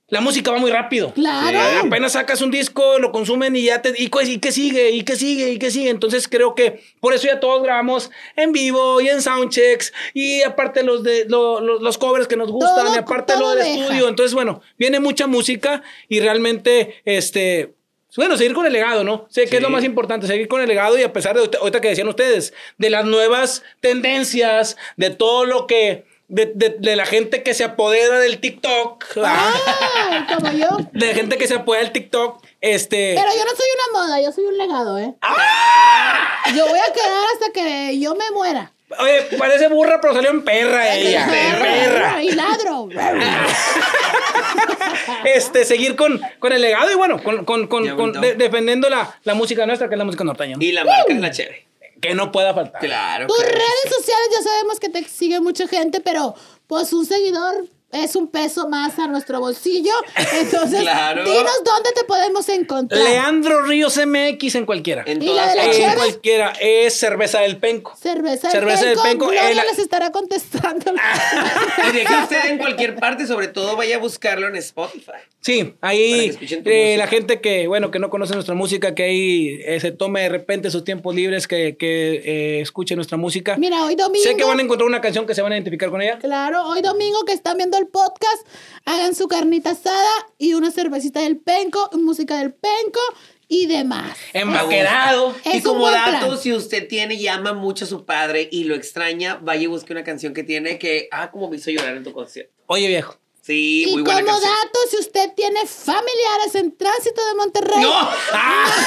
La música va muy rápido.
Claro.
Apenas sacas un disco, lo consumen y ya te. ¿Y, qué- y qué sigue? ¿Y qué sigue? ¿Y qué sigue? Entonces creo que por eso ya todos grabamos en vivo y en soundchecks y aparte los, de, lo- lo- los covers que nos gustan
Todo-
y aparte
todo
lo del
deja.
estudio. Entonces, bueno, viene mucha música y realmente este. Bueno, seguir con el legado, ¿no? Sé que es lo
Sí.
más importante, seguir con el legado y a pesar de ahorita- ahorita que decían ustedes, de las nuevas tendencias, de todo lo que, de, de- de la gente que se apodera del TikTok, ¿verdad?
Ah, como yo.
de la gente que se apodera del TikTok, este...
Pero yo no soy una moda, yo soy un legado, ¿eh? Yo voy a quedar hasta que yo me muera.
Oye, parece burra, pero salió en perra ella. Perra.
Y ladro.
Este, seguir con, con el legado y bueno, con, con, con-
Ya
con-
aguantó.
de- defendiendo la, la música nuestra, que es la música norteña. ¿no?
Y la marca es la chévere.
Que no pueda faltar.
Claro.
Tus
claro.
Pues, redes sociales ya sabemos que te sigue mucha gente, pero pues un seguidor es un peso más a nuestro bolsillo. Entonces,
Claro.
dinos dónde te podemos encontrar.
Leandro Ríos MX en cualquiera.
En
¿Y la de
todas
la
partes.
En
cheve?
cualquiera. Es cerveza del penco.
Cerveza,
Cerveza del
del
Penco,
penco. Gloria
eh, la-
les estará contestando.
Y deje usted en cualquier parte, sobre todo vaya a buscarlo en Spotify.
Sí,
Para que
ahí
escuchen tu
eh,
música.
la gente que, bueno, que no conoce nuestra música, que ahí eh, se tome de repente sus tiempos libres, que, que eh, escuche nuestra música.
Mira, hoy domingo.
sé que van a encontrar una canción que se van a identificar con ella.
Claro, hoy domingo que están viendo el podcast, hagan su carnita asada y una cervecita del penco, música del penco y demás.
Em,
Embaquerado.
Es
y
un
como
buen
dato,
plan.
si usted tiene y ama mucho a su padre y lo extraña, vaya y busque una canción que tiene que, ah, como me hizo llorar en tu concierto.
Oye, viejo.
Sí,
Y
muy
como
buena canción.
dato, si usted tiene familiares en tránsito de Monterrey,
¡No!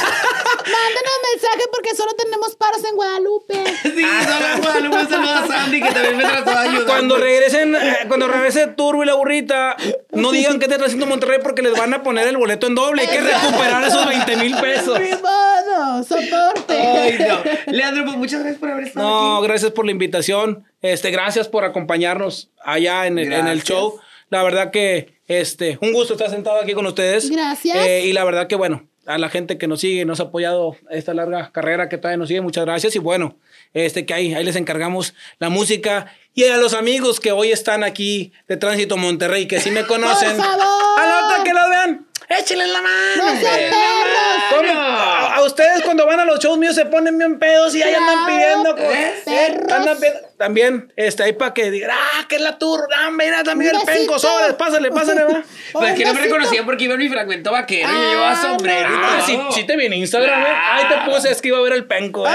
mándenos mensaje porque solo tenemos paros en Guadalupe.
Sí, hola Guadalupe, un saludo a Sandy que también me trató de ayudar.
Cuando regresen, eh, cuando regrese Turbo y la burrita, no digan que te está haciendo Monterrey porque les van a poner el boleto en doble. Hay que recuperar esos 20 mil pesos.
Ni modo, soporte.
Ay, no. Leandro, pues muchas gracias por haber estado
No,
aquí.
gracias por la invitación. Este, gracias por acompañarnos allá en el, en el
Gracias.
show. La verdad que este, un gusto estar sentado aquí con ustedes.
Gracias.
Eh, y la verdad que bueno, a la gente que nos sigue, nos ha apoyado esta larga carrera que todavía nos sigue, muchas gracias. Y bueno, este que ahí, ahí les encargamos la música. Y a los amigos que hoy están aquí de Tránsito Monterrey, que sí me conocen.
Por favor.
A la otra que los vean. Échenle la mano.
¡No sean
hombre.
perros!
Come- A, a ustedes cuando van a los shows míos se ponen bien pedos y ahí andan pidiendo.
Claro,
cosas.
perros.
Andan pidiendo- También, este, ahí para que digan, ah, que es la tour. Ah, mira, también
Un
el penco,
besito.
sobres, pásale, pásale,
Pues
va.
que no me
Pobrecito.
reconocían porque iba en mi fragmento vaquero
Ah,
y yo llevaba sombrero. y
Ah,
todo.
sí, sí te vi en Instagram, ¿eh? Ahí te puse, es que iba a ver el penco, ¿eh?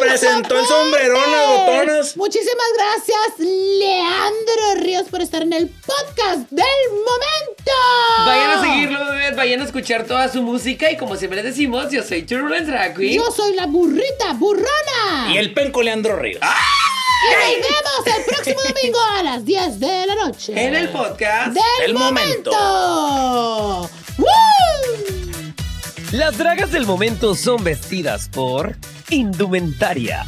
Presentó el sombrerón, las botonas.
Muchísimas gracias, Leandro Ríos, por estar en el podcast del momento.
Vayan a seguirlo, bebés, vayan a escuchar toda su música y como siempre les decimos, yo soy Turbulence Drag Queen.
Yo soy la burrita burrona.
Y el penco Leandro Ríos.
Y nos vemos el próximo domingo a las 10 de la noche.
En el podcast.
del
del momento.
momento. ¡Woo!
Las dragas del momento son vestidas por Indumentaria,